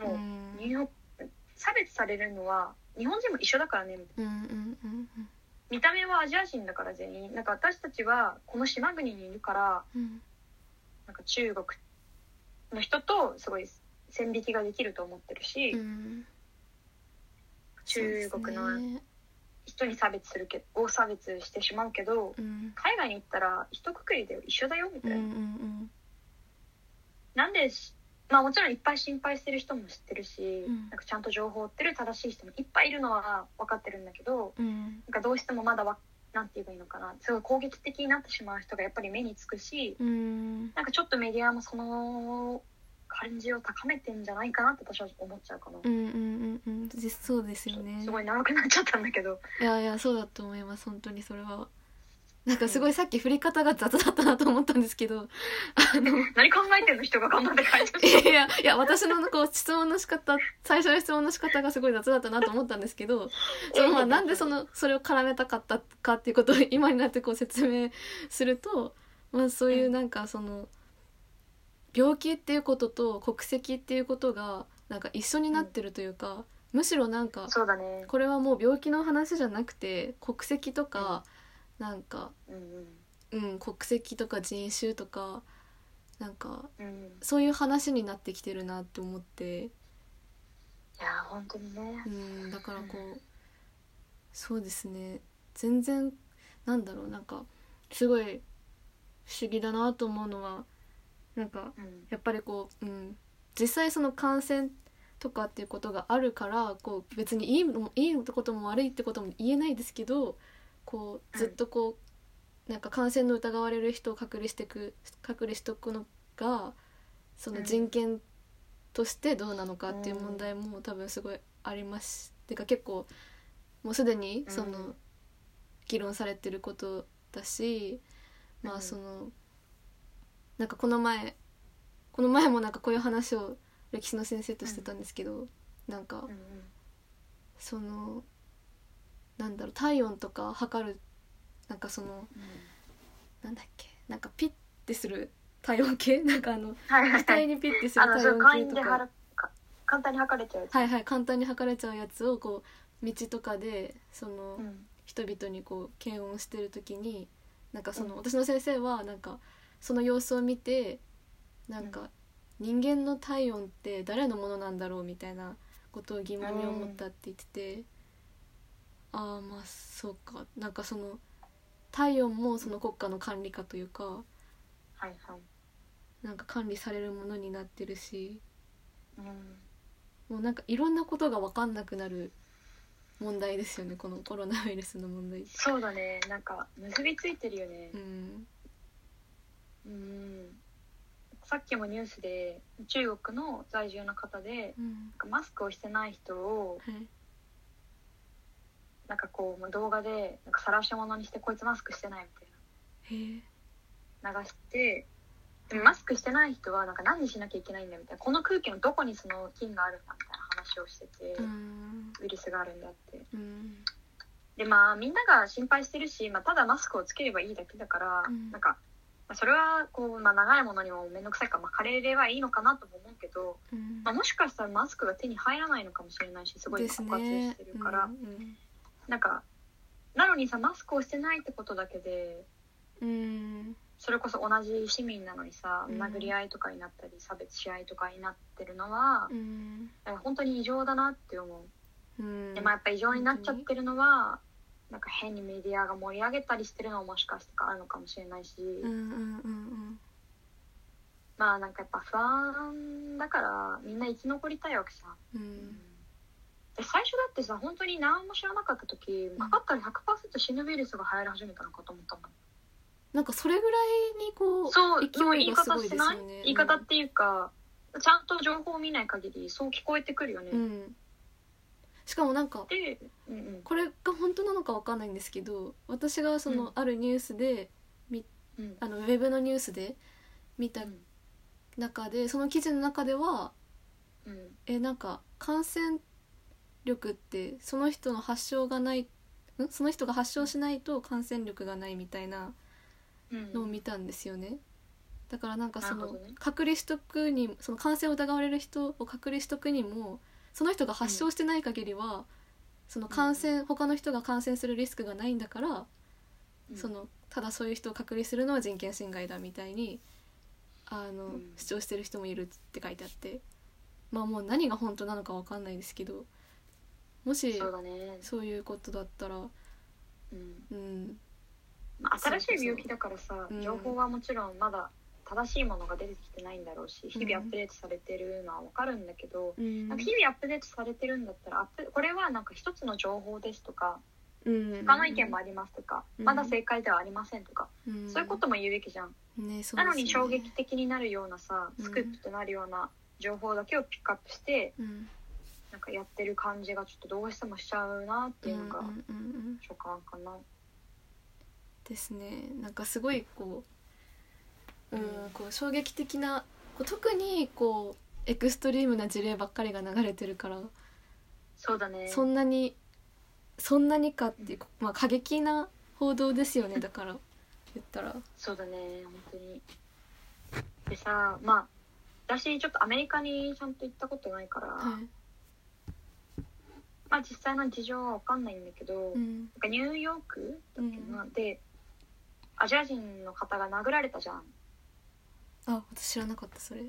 [SPEAKER 2] もうニューヨーク差別されるのは日本人も一緒だからねみたい
[SPEAKER 1] うんうんうんうん
[SPEAKER 2] 見た目はアジア人だから全員なんか私たちはこの島国にいるから
[SPEAKER 1] うん
[SPEAKER 2] なんか中国の人とすごい線引きができると思ってるし、
[SPEAKER 1] うん
[SPEAKER 2] 中国
[SPEAKER 1] そうです
[SPEAKER 2] の
[SPEAKER 1] ね
[SPEAKER 2] 人に差別するけを差別してしまうけど
[SPEAKER 1] うん
[SPEAKER 2] 海外に行ったら一括りで一緒だよみた
[SPEAKER 1] う
[SPEAKER 2] い
[SPEAKER 1] んう
[SPEAKER 2] な。
[SPEAKER 1] んうん
[SPEAKER 2] なんでしまあもちろんいっぱい心配してる人も知ってるし、
[SPEAKER 1] うん
[SPEAKER 2] なんかちゃんと情報を追ってる正しい人もいっぱいいるのは分かってるんだけど
[SPEAKER 1] うん
[SPEAKER 2] なんかどうしてもまだわなんて言えばいいのかなすごい攻撃的になってしまう人がやっぱり目につくし
[SPEAKER 1] うん
[SPEAKER 2] なんかちょっとメディアもその感じを高めてんじゃないかなって私は思っちゃうかな、
[SPEAKER 1] うんうんうんうん実そうですよね
[SPEAKER 2] すごい長くなっちゃったんだ けど
[SPEAKER 1] いやいやそうだと思います本当にそれはなんかすごいさっき振り方が雑だったなと思ったんですけ どあの
[SPEAKER 2] 何考えてんの人が頑張って書いて
[SPEAKER 1] い
[SPEAKER 2] る
[SPEAKER 1] やいやいや私のこう質問の仕方最初の質問の仕方がすごい雑だったなと思ったんですけどそ のまあなんでそのそれを絡めたかったかっていうことを今になってこう説明すると、まあ、そういうなんかその病気っていうことと国籍っていうことがなんか一緒になってるというか、むしろなんか
[SPEAKER 2] そうだね
[SPEAKER 1] これはもう病気の話じゃなくて国籍とか、なんか、
[SPEAKER 2] うん
[SPEAKER 1] うん、国籍とか人種とかなんか
[SPEAKER 2] うんうん
[SPEAKER 1] そういう話になってきてるなって思って、
[SPEAKER 2] いやー本当にね
[SPEAKER 1] うん、だからこうそうですね全然なんだろうなんかすごい不思議だなと思うのはなんか
[SPEAKER 2] うん
[SPEAKER 1] やっぱりこう、うん、実際その感染とかっていうことがあるからこう別にいいのもいいってことも悪いってことも言えないですけどこうずっとこう、なんか感染の疑われる人を隔離してく隔離しとくのがその人権としてどうなのかっていう問題も多分すごいありますてか結構もうすでにその、
[SPEAKER 2] うん
[SPEAKER 1] 議論されてることだしま
[SPEAKER 2] う
[SPEAKER 1] あ
[SPEAKER 2] ん
[SPEAKER 1] その、なんかこの前この前もなんかこういう話を歴史の先生としてたんですけど、なんか
[SPEAKER 2] うん
[SPEAKER 1] そのなんだろう体温とか測るなんかその
[SPEAKER 2] うん
[SPEAKER 1] なんだっけなんかピッてする体温計 なんかあの
[SPEAKER 2] はいはいは
[SPEAKER 1] 額
[SPEAKER 2] い
[SPEAKER 1] にピッてする
[SPEAKER 2] あの
[SPEAKER 1] 体
[SPEAKER 2] そう
[SPEAKER 1] 温
[SPEAKER 2] 簡
[SPEAKER 1] 計
[SPEAKER 2] 易で
[SPEAKER 1] とか
[SPEAKER 2] はらか簡単に測れちゃうやつ
[SPEAKER 1] はいはい簡単に測れちゃうやつをこう道とかでその、
[SPEAKER 2] うん
[SPEAKER 1] 人々にこう検温してる時になんかその、
[SPEAKER 2] うん
[SPEAKER 1] 私の先生はなんかその様子を見てなんか、人間の体温って誰のものなんだろうみたいなことを疑問に思ったって言ってて、ああまあそうかなんかその体温もその国家の管理下というか
[SPEAKER 2] はいはい
[SPEAKER 1] なんか管理されるものになってるし
[SPEAKER 2] うん
[SPEAKER 1] もうなんかいろんなことが分かんなくなる問題ですよねこのコロナウイルスの問題。
[SPEAKER 2] そうだねなんか結びついてるよね
[SPEAKER 1] うん
[SPEAKER 2] うんさっきもニュースで中国の在住の方で
[SPEAKER 1] うん
[SPEAKER 2] なんかマスクをしてない人を
[SPEAKER 1] はい
[SPEAKER 2] なんかこう動画でなんか晒し者にしてこいつマスクしてないみたい
[SPEAKER 1] へー
[SPEAKER 2] な流してでもマスクしてない人はなんか何しなきゃいけないんだみたいなこの空気のどこにその菌があるんだみたいな話をしてて、
[SPEAKER 1] うん
[SPEAKER 2] ウイルスがあるんだって
[SPEAKER 1] うん
[SPEAKER 2] でまあみんなが心配してるし、まあ、ただマスクをつければいいだけだから、
[SPEAKER 1] うん
[SPEAKER 2] なんかまあそれはこう、まあ、長いものにも面倒くさいから、まあ、借りればいいのかなとも思うけど、
[SPEAKER 1] うん
[SPEAKER 2] まあ、もしかしたらマスクが手に入らないのかもしれないしすごい
[SPEAKER 1] です
[SPEAKER 2] 枯渇し
[SPEAKER 1] ね
[SPEAKER 2] てるから、
[SPEAKER 1] うん
[SPEAKER 2] なんかなのにさマスクをしてないってことだけで
[SPEAKER 1] うん
[SPEAKER 2] それこそ同じ市民なのにさ
[SPEAKER 1] うん
[SPEAKER 2] 殴り合いとかになったり差別し合いとかになってるのは
[SPEAKER 1] う、ん
[SPEAKER 2] なんか本当に異常だなって思う。
[SPEAKER 1] うん
[SPEAKER 2] でまあやっぱ異常になっちゃってるのはなんか変にメディアが盛り上げたりしてるのももしかしてあるのかもしれないし、
[SPEAKER 1] うんうんうん
[SPEAKER 2] まあなんかやっぱ不安だからみんな生き残りたいわけさ、
[SPEAKER 1] うんう
[SPEAKER 2] うんで最初だってさ本当に何も知らなかった時かかったら100%死ぬウイルスが流行り始めたのかと思ったもん
[SPEAKER 1] なんかそれぐらいにこう
[SPEAKER 2] そう
[SPEAKER 1] 勢いが
[SPEAKER 2] 言い方してな
[SPEAKER 1] す
[SPEAKER 2] い
[SPEAKER 1] ごいですよね
[SPEAKER 2] 言い方っていうか、ちゃんと情報を見ない限りそう聞こえてくるよね、
[SPEAKER 1] うんしかもなんか
[SPEAKER 2] で、うんうん
[SPEAKER 1] これが本当なのかわかんないんですけど私がその
[SPEAKER 2] うん
[SPEAKER 1] あるニュースで
[SPEAKER 2] うん
[SPEAKER 1] あのウェブのニュースで見た中でその記事の中では
[SPEAKER 2] うん
[SPEAKER 1] えなんか感染力ってその人の発症がないんその人が発症しないと感染力がないみたいな
[SPEAKER 2] うん
[SPEAKER 1] のを見たんですよねだからなんかそ
[SPEAKER 2] なる
[SPEAKER 1] の、
[SPEAKER 2] ほどね
[SPEAKER 1] 隔離しとくにその感染を疑われる人を隔離しとくにもその人が発症してない限りは、その感染他の人が感染するリスクがないんだから、
[SPEAKER 2] うん
[SPEAKER 1] そのただそういう人を隔離するのは人権侵害だみたいにあの、
[SPEAKER 2] うん
[SPEAKER 1] 主張してる人もいるって書いてあってまあもう何が本当なのかわかんないですけどもし
[SPEAKER 2] そうだね、
[SPEAKER 1] そういうことだったら、
[SPEAKER 2] うん
[SPEAKER 1] うん、
[SPEAKER 2] まあ、新しい病気だからさ
[SPEAKER 1] うん
[SPEAKER 2] 情報はもちろんまだ正しいものが出てきてないんだろうし日々アップデートされてるのは分かるんだけど、
[SPEAKER 1] うん
[SPEAKER 2] なんか日々アップデートされてるんだったらアップこれはなんか一つの情報ですとか
[SPEAKER 1] うん
[SPEAKER 2] 他の意見もありますとか、
[SPEAKER 1] うん
[SPEAKER 2] まだ正解ではありませんとか、
[SPEAKER 1] うん
[SPEAKER 2] そういうことも言うべきじゃん、
[SPEAKER 1] ねそうですよね
[SPEAKER 2] なのに衝撃的になるようなさ
[SPEAKER 1] うん
[SPEAKER 2] スクープとなるような情報だけをピックアップして
[SPEAKER 1] うん
[SPEAKER 2] なんかやってる感じがちょっとどうしてもしちゃうなっていうのが
[SPEAKER 1] うんうんうんうん
[SPEAKER 2] 所感かな、
[SPEAKER 1] ですねなんかすごいこう,、うん
[SPEAKER 2] うん
[SPEAKER 1] こう衝撃的なこう特にこうエクストリームな事例ばっかりが流れてるから、
[SPEAKER 2] そうだね
[SPEAKER 1] そんなにそんなにかっていう、まあ、過激な報道ですよねだから言ったら。
[SPEAKER 2] そうだね本当にでさまあ私ちょっとアメリカにちゃんと行ったことないから、
[SPEAKER 1] はい
[SPEAKER 2] まあ実際の事情は分かんないんだけど、
[SPEAKER 1] うん
[SPEAKER 2] なんかニューヨークだっけな、
[SPEAKER 1] う
[SPEAKER 2] でアジア人の方が殴られたじゃん
[SPEAKER 1] あ私知らなかったそれ。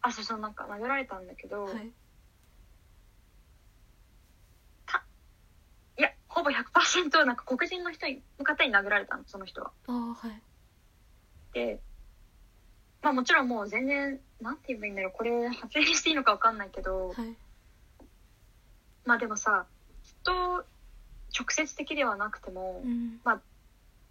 [SPEAKER 2] あそうそうなんか殴られたんだけど、、
[SPEAKER 1] はいい、
[SPEAKER 2] やほぼ100%なんか黒人の人にの方に殴られたのその人は
[SPEAKER 1] あーはい
[SPEAKER 2] でまあもちろんもう全然なんて言えばいいんだろうこれ発言していいのか分かんないけど、
[SPEAKER 1] はい
[SPEAKER 2] まあでもさきっと直接的ではなくても、
[SPEAKER 1] うん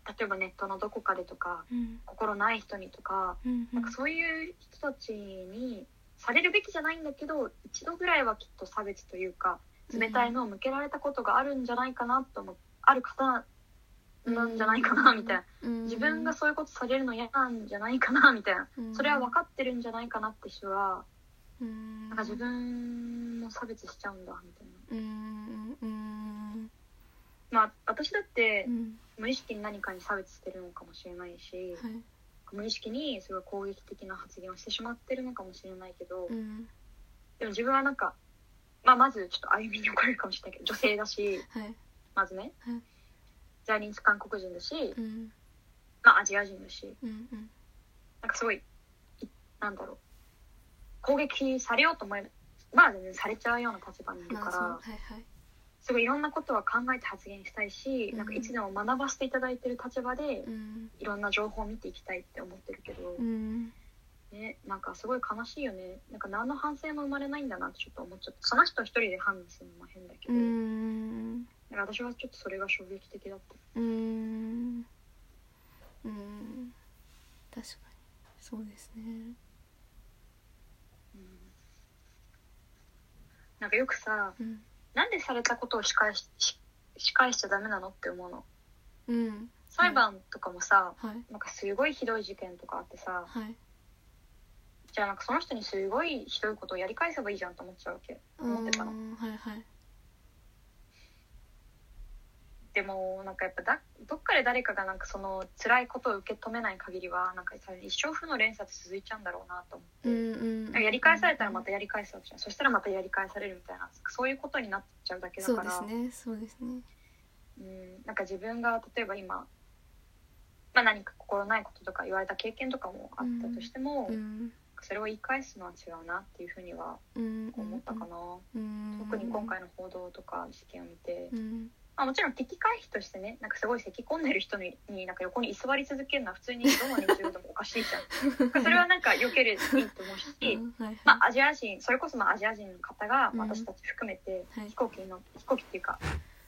[SPEAKER 2] 例えばネットのどこかでとか
[SPEAKER 1] うん
[SPEAKER 2] 心ない人にとか
[SPEAKER 1] うん
[SPEAKER 2] なんかそういう人たちにされるべきじゃないんだけど一度ぐらいはきっと差別というか冷たいのを向けられたことがあるんじゃないかなと思うある方なんじゃないかなみたいな
[SPEAKER 1] うん
[SPEAKER 2] 自分がそういうことされるの嫌なんじゃないかなみたいな
[SPEAKER 1] うん
[SPEAKER 2] それは分かってるんじゃないかなって人は
[SPEAKER 1] うん
[SPEAKER 2] なんか自分も差別しちゃうんだみたいな。
[SPEAKER 1] うんうん
[SPEAKER 2] まあ、私だって
[SPEAKER 1] うん
[SPEAKER 2] 無意識に何かに差別してるのかもしれないし
[SPEAKER 1] はい
[SPEAKER 2] 無意識にすごい攻撃的な発言をしてしまってるのかもしれないけど、
[SPEAKER 1] うん
[SPEAKER 2] でも自分はなんか、まあ、まずちょっと歩みに怒られるかもしれないけど女性だし
[SPEAKER 1] はい
[SPEAKER 2] まずね、
[SPEAKER 1] はい
[SPEAKER 2] 在日韓国人だし、
[SPEAKER 1] うん
[SPEAKER 2] まあ、アジア人だし
[SPEAKER 1] うんうん
[SPEAKER 2] なんかすごいいなんだろう攻撃されようと思えまあ全然されちゃうような立場にいる
[SPEAKER 1] ま
[SPEAKER 2] か
[SPEAKER 1] あそう
[SPEAKER 2] ら
[SPEAKER 1] はいはい
[SPEAKER 2] すごいいろんなことは考えて発言したいし、
[SPEAKER 1] うん
[SPEAKER 2] なんかいつでも学ばせていただいてる立場で
[SPEAKER 1] うん
[SPEAKER 2] いろんな情報を見ていきたいって思ってるけど
[SPEAKER 1] う、ん
[SPEAKER 2] ね、なんかすごい悲しいよねなんか何の反省も生まれないんだなってちょっと思っちゃってその人一人で判断するのも変だけ
[SPEAKER 1] う
[SPEAKER 2] ど。
[SPEAKER 1] ん
[SPEAKER 2] なんか私はちょっとそれが衝撃的だった。
[SPEAKER 1] うーんうーん確かにそうですね
[SPEAKER 2] なんかよくさ、
[SPEAKER 1] うん
[SPEAKER 2] なんでされたことを仕返しし仕返しちゃダメなのって思うの。
[SPEAKER 1] うん
[SPEAKER 2] 裁判とかもさ、
[SPEAKER 1] はい
[SPEAKER 2] なんかすごいひどい事件とかあってさ、
[SPEAKER 1] はい
[SPEAKER 2] じゃあなんかその人にすごいひどいことをやり返せばいいじゃんと思っちゃうわけ。
[SPEAKER 1] うーん
[SPEAKER 2] 思ってたの
[SPEAKER 1] はいはい
[SPEAKER 2] でもなんかやっぱだどっかで誰かがなんかその辛いことを受け止めない限りはなんかさ一生負の連鎖って続いちゃうんだろうなと思って。
[SPEAKER 1] うん
[SPEAKER 2] なん
[SPEAKER 1] う
[SPEAKER 2] か
[SPEAKER 1] ん
[SPEAKER 2] やり返されたらまたやり返すわけじゃんそしたらまたやり返されるみたいなそういうことになっちゃうだけだ
[SPEAKER 1] そ
[SPEAKER 2] か
[SPEAKER 1] う
[SPEAKER 2] ら
[SPEAKER 1] ですねそうですね
[SPEAKER 2] うん、なんか自分が例えば今、まあ、何か心ないこととか言われた経験とかもあったとしても、
[SPEAKER 1] うん
[SPEAKER 2] それを言い返すのは違うなっていうふうには
[SPEAKER 1] うん
[SPEAKER 2] 思ったかな、
[SPEAKER 1] うん
[SPEAKER 2] 特に今回の報道とか事件を見て、
[SPEAKER 1] うん
[SPEAKER 2] まあ、もちろん敵回避としてねなんかすごい咳き込んでる人にになんか横に居座り続けるのは普通にどの日常でもおかしいじゃんそれはなんかよければいいと思うし、
[SPEAKER 1] うんはいはい
[SPEAKER 2] まあ、アジア人それこそまあアジア人の方が
[SPEAKER 1] うん
[SPEAKER 2] 私たち含めて
[SPEAKER 1] はい
[SPEAKER 2] 飛行機の飛行機っていうか、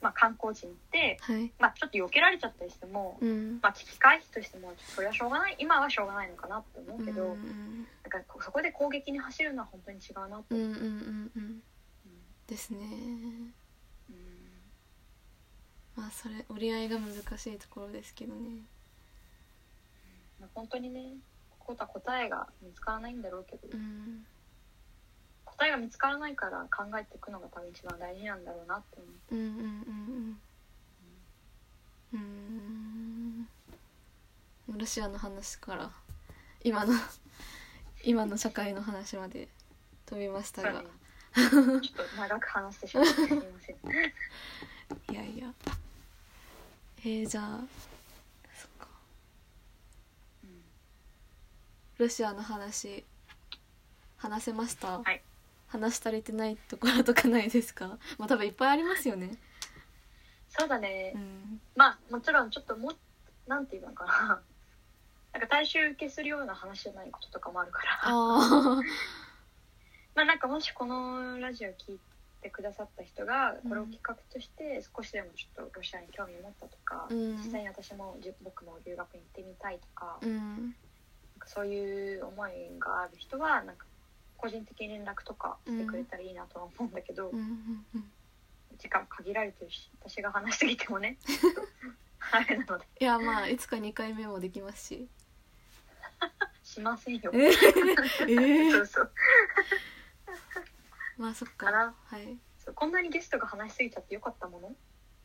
[SPEAKER 2] まあ、観光地に行って、
[SPEAKER 1] はい
[SPEAKER 2] まあ、ちょっと避けられちゃったりしても、
[SPEAKER 1] うん
[SPEAKER 2] まあ、危機回避としてもそれはしょうがない今はしょうがないのかなって思うけど、
[SPEAKER 1] うん
[SPEAKER 2] なんかこそこで攻撃に走るのは本当に違うなと
[SPEAKER 1] うんうんうん
[SPEAKER 2] 思う、
[SPEAKER 1] うん
[SPEAKER 2] うん
[SPEAKER 1] ですねまあそれ折り合いが難しいところですけどね
[SPEAKER 2] まあ、本当にねここは答えが見つからないんだろうけど、
[SPEAKER 1] うん
[SPEAKER 2] 答えが見つからないから考えていくのが多分一番大事なんだろうなって思う
[SPEAKER 1] うんうんうんうんうんロシアの話から今の今の社会の話まで飛びました
[SPEAKER 2] そう
[SPEAKER 1] が、
[SPEAKER 2] ねちょっと長く話してしまってすみません。
[SPEAKER 1] いやいやえー、じゃあそっかロシアの話話せました、
[SPEAKER 2] はい
[SPEAKER 1] 話し足りてないところとかないですかまあ多分いっぱいありますよね
[SPEAKER 2] そうだね
[SPEAKER 1] う。ん
[SPEAKER 2] まあもちろんちょっともなんて言うのかな。 なんか大衆受けするような話じゃないこととかもあるから。
[SPEAKER 1] あ
[SPEAKER 2] まあなんかもしこのラジオ聞いてくださった人がこれを企画として少しでもちょっとロシアに興味を持ったとか、
[SPEAKER 1] あうん
[SPEAKER 2] 実際に私もじ僕も留学に行ってみたいとか、
[SPEAKER 1] うん
[SPEAKER 2] なんかそういう思いがある人はなんか個人的に連絡とかしてくれたらいいなとは思うんだけど、
[SPEAKER 1] うんうんうん
[SPEAKER 2] 時間も限られてるし私が話しすぎて もねちょっとあれなので
[SPEAKER 1] いやまあいつか2回目もできますし
[SPEAKER 2] しませんよ。
[SPEAKER 1] ええ
[SPEAKER 2] そうそう
[SPEAKER 1] まあそっか
[SPEAKER 2] かな
[SPEAKER 1] はい
[SPEAKER 2] そうこんなにゲストが話しすぎちゃってよかったもの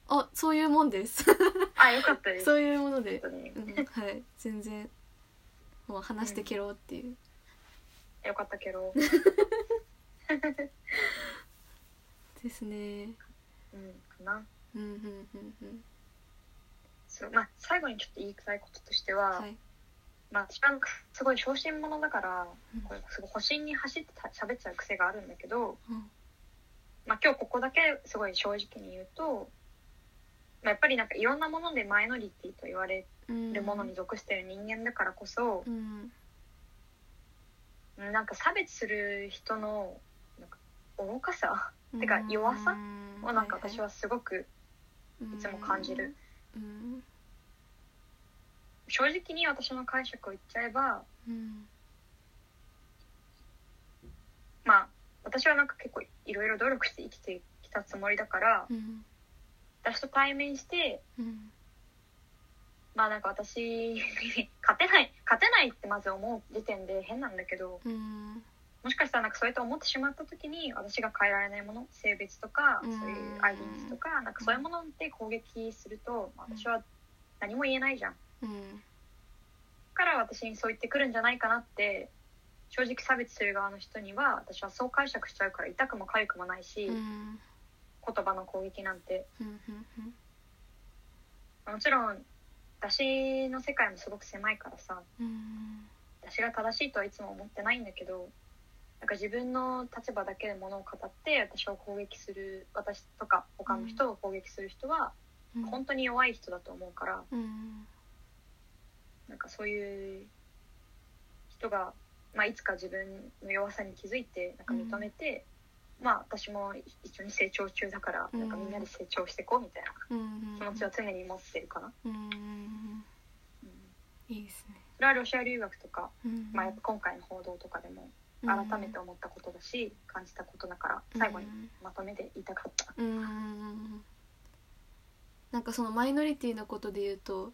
[SPEAKER 1] あそういうもんです
[SPEAKER 2] あよかったです。
[SPEAKER 1] そういうもので
[SPEAKER 2] ちょっとね
[SPEAKER 1] うん、はい全然もう話してけろっていう、
[SPEAKER 2] よかったけど、
[SPEAKER 1] ですね
[SPEAKER 2] うん、かな
[SPEAKER 1] うんうんうんうん
[SPEAKER 2] そう、まあ、最後にちょっと言いたいこととしては、
[SPEAKER 1] はい
[SPEAKER 2] まあ、私はすごい小心者だから
[SPEAKER 1] うん
[SPEAKER 2] これすごい保身に走ってた喋っちゃう癖があるんだけど、
[SPEAKER 1] うん
[SPEAKER 2] まあ、今日ここだけすごい正直に言うと、まあ、やっぱりなんかいろんなものでマイノリティと言われ
[SPEAKER 1] うん
[SPEAKER 2] るものに属してる人間だからこそ、
[SPEAKER 1] うん
[SPEAKER 2] なんか差別する人のなんか愚かさてか弱さ
[SPEAKER 1] うん
[SPEAKER 2] をなんか私はすごく
[SPEAKER 1] い
[SPEAKER 2] いつも感じる。
[SPEAKER 1] うん
[SPEAKER 2] 正直に私の解釈を言っちゃえば、
[SPEAKER 1] うん
[SPEAKER 2] まあ、私はなんか結構いろいろ努力して生きてきたつもりだから
[SPEAKER 1] うん
[SPEAKER 2] 私と対面して
[SPEAKER 1] うん
[SPEAKER 2] まあなんか私に勝てない勝てないってまず思う時点で変なんだけど
[SPEAKER 1] うん
[SPEAKER 2] もしかしたらなんかそうやって思ってしまった時に私が変えられないもの性別とか
[SPEAKER 1] う
[SPEAKER 2] そ
[SPEAKER 1] ん
[SPEAKER 2] ういうアイデンティティとかなんかそういうもので攻撃すると、まあ私は何も言えないじゃん。だ
[SPEAKER 1] うん
[SPEAKER 2] から私にそう言ってくるんじゃないかなって正直差別する側の人には私はそう解釈しちゃうから痛くも痒くもないし、
[SPEAKER 1] うんう
[SPEAKER 2] 言
[SPEAKER 1] ん
[SPEAKER 2] 葉の攻撃なんて
[SPEAKER 1] うん
[SPEAKER 2] もちろん私の世界もすごく狭いからさ、
[SPEAKER 1] うん
[SPEAKER 2] 私が正しいとはいつも思ってないんだけどなんか自分の立場だけで物を語って私を攻撃する私とか他の人を攻撃する人は
[SPEAKER 1] うん
[SPEAKER 2] 本当に弱い人だと思うから、
[SPEAKER 1] うん
[SPEAKER 2] なんかそういう人が、まあ、いつか自分の弱さに気づいてなんか認めて、まあ私も一緒に成長中だから、
[SPEAKER 1] うん
[SPEAKER 2] なんかみんなで成長していこうみたいな
[SPEAKER 1] うん
[SPEAKER 2] 気持ちは常に持ってるかな。
[SPEAKER 1] うん
[SPEAKER 2] うん
[SPEAKER 1] いいですね
[SPEAKER 2] それはロシア留学とか、
[SPEAKER 1] うん
[SPEAKER 2] まあ、やっぱ今回の報道とかでも改めて思ったことだし、感じたことだから最後にまとめて言いたかった。
[SPEAKER 1] うんうんなんかそのマイノリティのことで言うと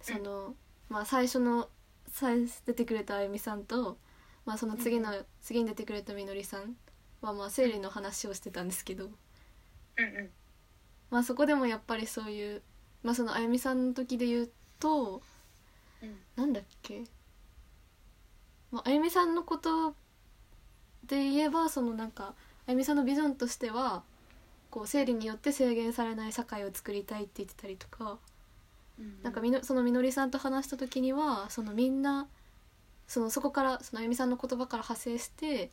[SPEAKER 1] その、まあ最初の最出てくれたあゆみさんと、まあ、その次の、次に出てくれたみのりさんはまあ生理の話をしてたんですけど、
[SPEAKER 2] うんうん
[SPEAKER 1] まあ、そこでもやっぱりそういう、まあ、そのあゆみさんの時で言うと
[SPEAKER 2] うん
[SPEAKER 1] なんだっけ、まあ、あゆみさんのことで言えばそのなんかあゆみさんのビジョンとしてはこう生理によって制限されない社会を作りたいって言ってたりとか、
[SPEAKER 2] うん
[SPEAKER 1] なんかみのそのみのりさんと話した時にはそのみんなそのそこからそのあゆみさんの言葉から派生して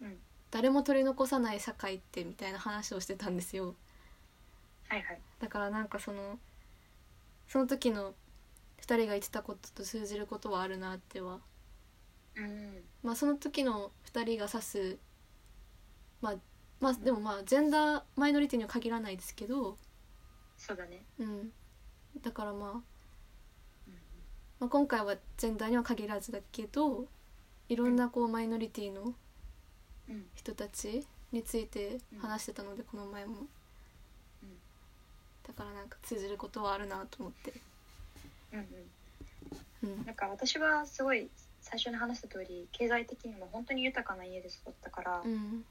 [SPEAKER 2] うん
[SPEAKER 1] 誰も取り残さない社会ってみたいな話をしてたんですよ。
[SPEAKER 2] はいはい
[SPEAKER 1] だからなんかそのその時の2人が言ってたことと通じることはあるなっては
[SPEAKER 2] うん
[SPEAKER 1] まあその時の2人が指すまあまあでもまあジェンダーマイノリティには限らないですけど、
[SPEAKER 2] そうだね
[SPEAKER 1] うん、だから、まあ、
[SPEAKER 2] うん
[SPEAKER 1] まあ今回はジェンダーには限らずだけどいろんなこうマイノリティの
[SPEAKER 2] うん
[SPEAKER 1] 人たちについて話してたのでこの前も
[SPEAKER 2] うん
[SPEAKER 1] だからなんか通じることはあるなと思って。
[SPEAKER 2] うん
[SPEAKER 1] うん
[SPEAKER 2] なんか私はすごい最初に話した通り経済的にも本当に豊かな家で育ったから、
[SPEAKER 1] うん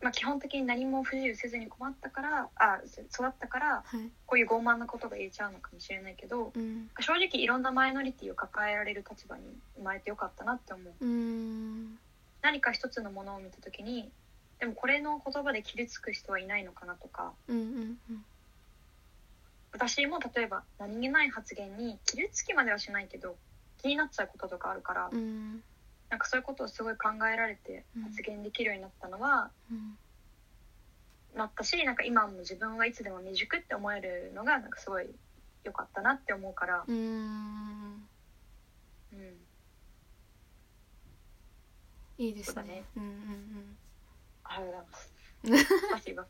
[SPEAKER 2] まあ、基本的に何も不自由せずに困ったからあそ育ったから
[SPEAKER 1] はい
[SPEAKER 2] こういう傲慢なことが言えちゃうのかもしれないけど
[SPEAKER 1] うん
[SPEAKER 2] 正直いろんなマイノリティを抱えられる立場に生まれてよかったなって思う
[SPEAKER 1] うーん
[SPEAKER 2] 何か一つのものを見た時にでもこれの言葉で傷つく人はいないのかなとか
[SPEAKER 1] うんうんうん
[SPEAKER 2] 私も例えば何気ない発言に傷つきまではしないけど気になっちゃうこととかあるから、
[SPEAKER 1] うん
[SPEAKER 2] なんかそういうことをすごい考えられて
[SPEAKER 1] うん
[SPEAKER 2] 発言できるようになったのは、
[SPEAKER 1] うん
[SPEAKER 2] なったしなんか今も自分はいつでも未熟って思えるのがなんかすごい良かったなって思うから、
[SPEAKER 1] うん
[SPEAKER 2] うん、
[SPEAKER 1] いいです
[SPEAKER 2] そうだ
[SPEAKER 1] ね
[SPEAKER 2] ね
[SPEAKER 1] うんうんうん
[SPEAKER 2] ありがと うございます。パシバ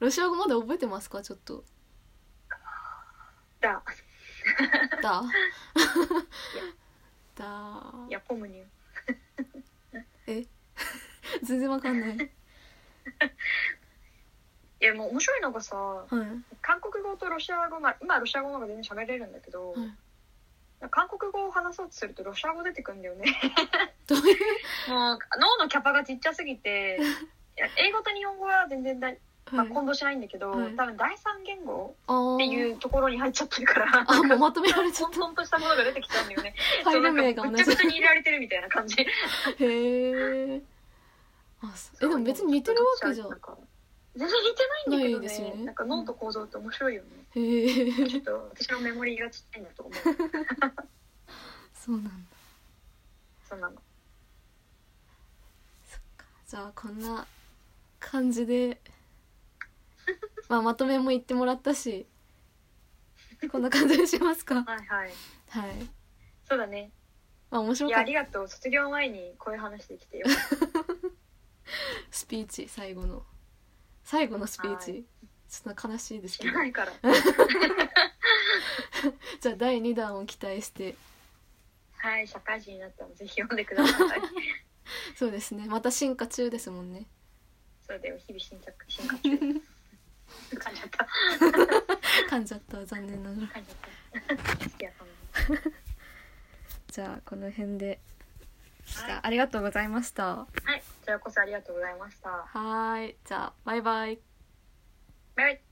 [SPEAKER 1] ロシア語まで覚えてますかちょっと
[SPEAKER 2] だ
[SPEAKER 1] だ だ
[SPEAKER 2] いやポムニュ
[SPEAKER 1] 全然わかんないはい
[SPEAKER 2] いやもう面白いのがさ韓国語とロシア語まあ今ロシア語の方が全然喋れるんだけど、
[SPEAKER 1] はい
[SPEAKER 2] 韓国語を話そうとするとロシア語出てくんだ よね
[SPEAKER 1] どういう
[SPEAKER 2] もう脳のキャパがちっちゃすぎ ていや英語と日本語は全然だい、まあ、
[SPEAKER 1] はい
[SPEAKER 2] 混同しないんだけど、
[SPEAKER 1] はい
[SPEAKER 2] 多分第三言語
[SPEAKER 1] あー
[SPEAKER 2] っていうところに入っちゃってるから
[SPEAKER 1] あもうまとめられちゃっ
[SPEAKER 2] 混沌としたものが出てきちゃうんだよね
[SPEAKER 1] た
[SPEAKER 2] そ
[SPEAKER 1] 入
[SPEAKER 2] うな
[SPEAKER 1] れ
[SPEAKER 2] んか
[SPEAKER 1] 名が同 じ
[SPEAKER 2] ぐちゃぐちゃに入れられてるみたいな 感じ
[SPEAKER 1] へえ。あ、そうえ、でも別に似てるわけじゃ
[SPEAKER 2] そ
[SPEAKER 1] ん
[SPEAKER 2] うなん。か全然似てないんだ
[SPEAKER 1] ないです
[SPEAKER 2] けど
[SPEAKER 1] よ
[SPEAKER 2] ね
[SPEAKER 1] ね
[SPEAKER 2] なんか脳と構造って面白いよね、
[SPEAKER 1] へえ。
[SPEAKER 2] ちょっと私のメモリーがちっちゃいんだと思う
[SPEAKER 1] そうなんだ。
[SPEAKER 2] そうなの
[SPEAKER 1] そっか。じゃあこんな感じ で、まあまとめも言ってもらったし、こんな感じにしますか。
[SPEAKER 2] はいはい
[SPEAKER 1] はい。
[SPEAKER 2] そうだね
[SPEAKER 1] まあ面白
[SPEAKER 2] いや
[SPEAKER 1] か
[SPEAKER 2] あ
[SPEAKER 1] った
[SPEAKER 2] りがとう卒業前にこういう話できてよかった
[SPEAKER 1] スピーチ最後の最後のスピーチ。
[SPEAKER 2] は
[SPEAKER 1] ちょっと悲しいです
[SPEAKER 2] 知
[SPEAKER 1] けど
[SPEAKER 2] らな いから
[SPEAKER 1] じゃあ第2弾を期待して
[SPEAKER 2] はい社会人になったらぜひ読んでく ださい
[SPEAKER 1] そうですねまた進化中ですもんね
[SPEAKER 2] そうだよ日々進化進化中 噛んじゃった
[SPEAKER 1] 噛んじゃったわ残念ながら
[SPEAKER 2] 噛んじゃった 好きやったの
[SPEAKER 1] じゃあこの辺でした、
[SPEAKER 2] はい
[SPEAKER 1] ありがとうございました
[SPEAKER 2] はいこちらこそありがとうございました
[SPEAKER 1] はーいじゃあバイバイ
[SPEAKER 2] バイバイ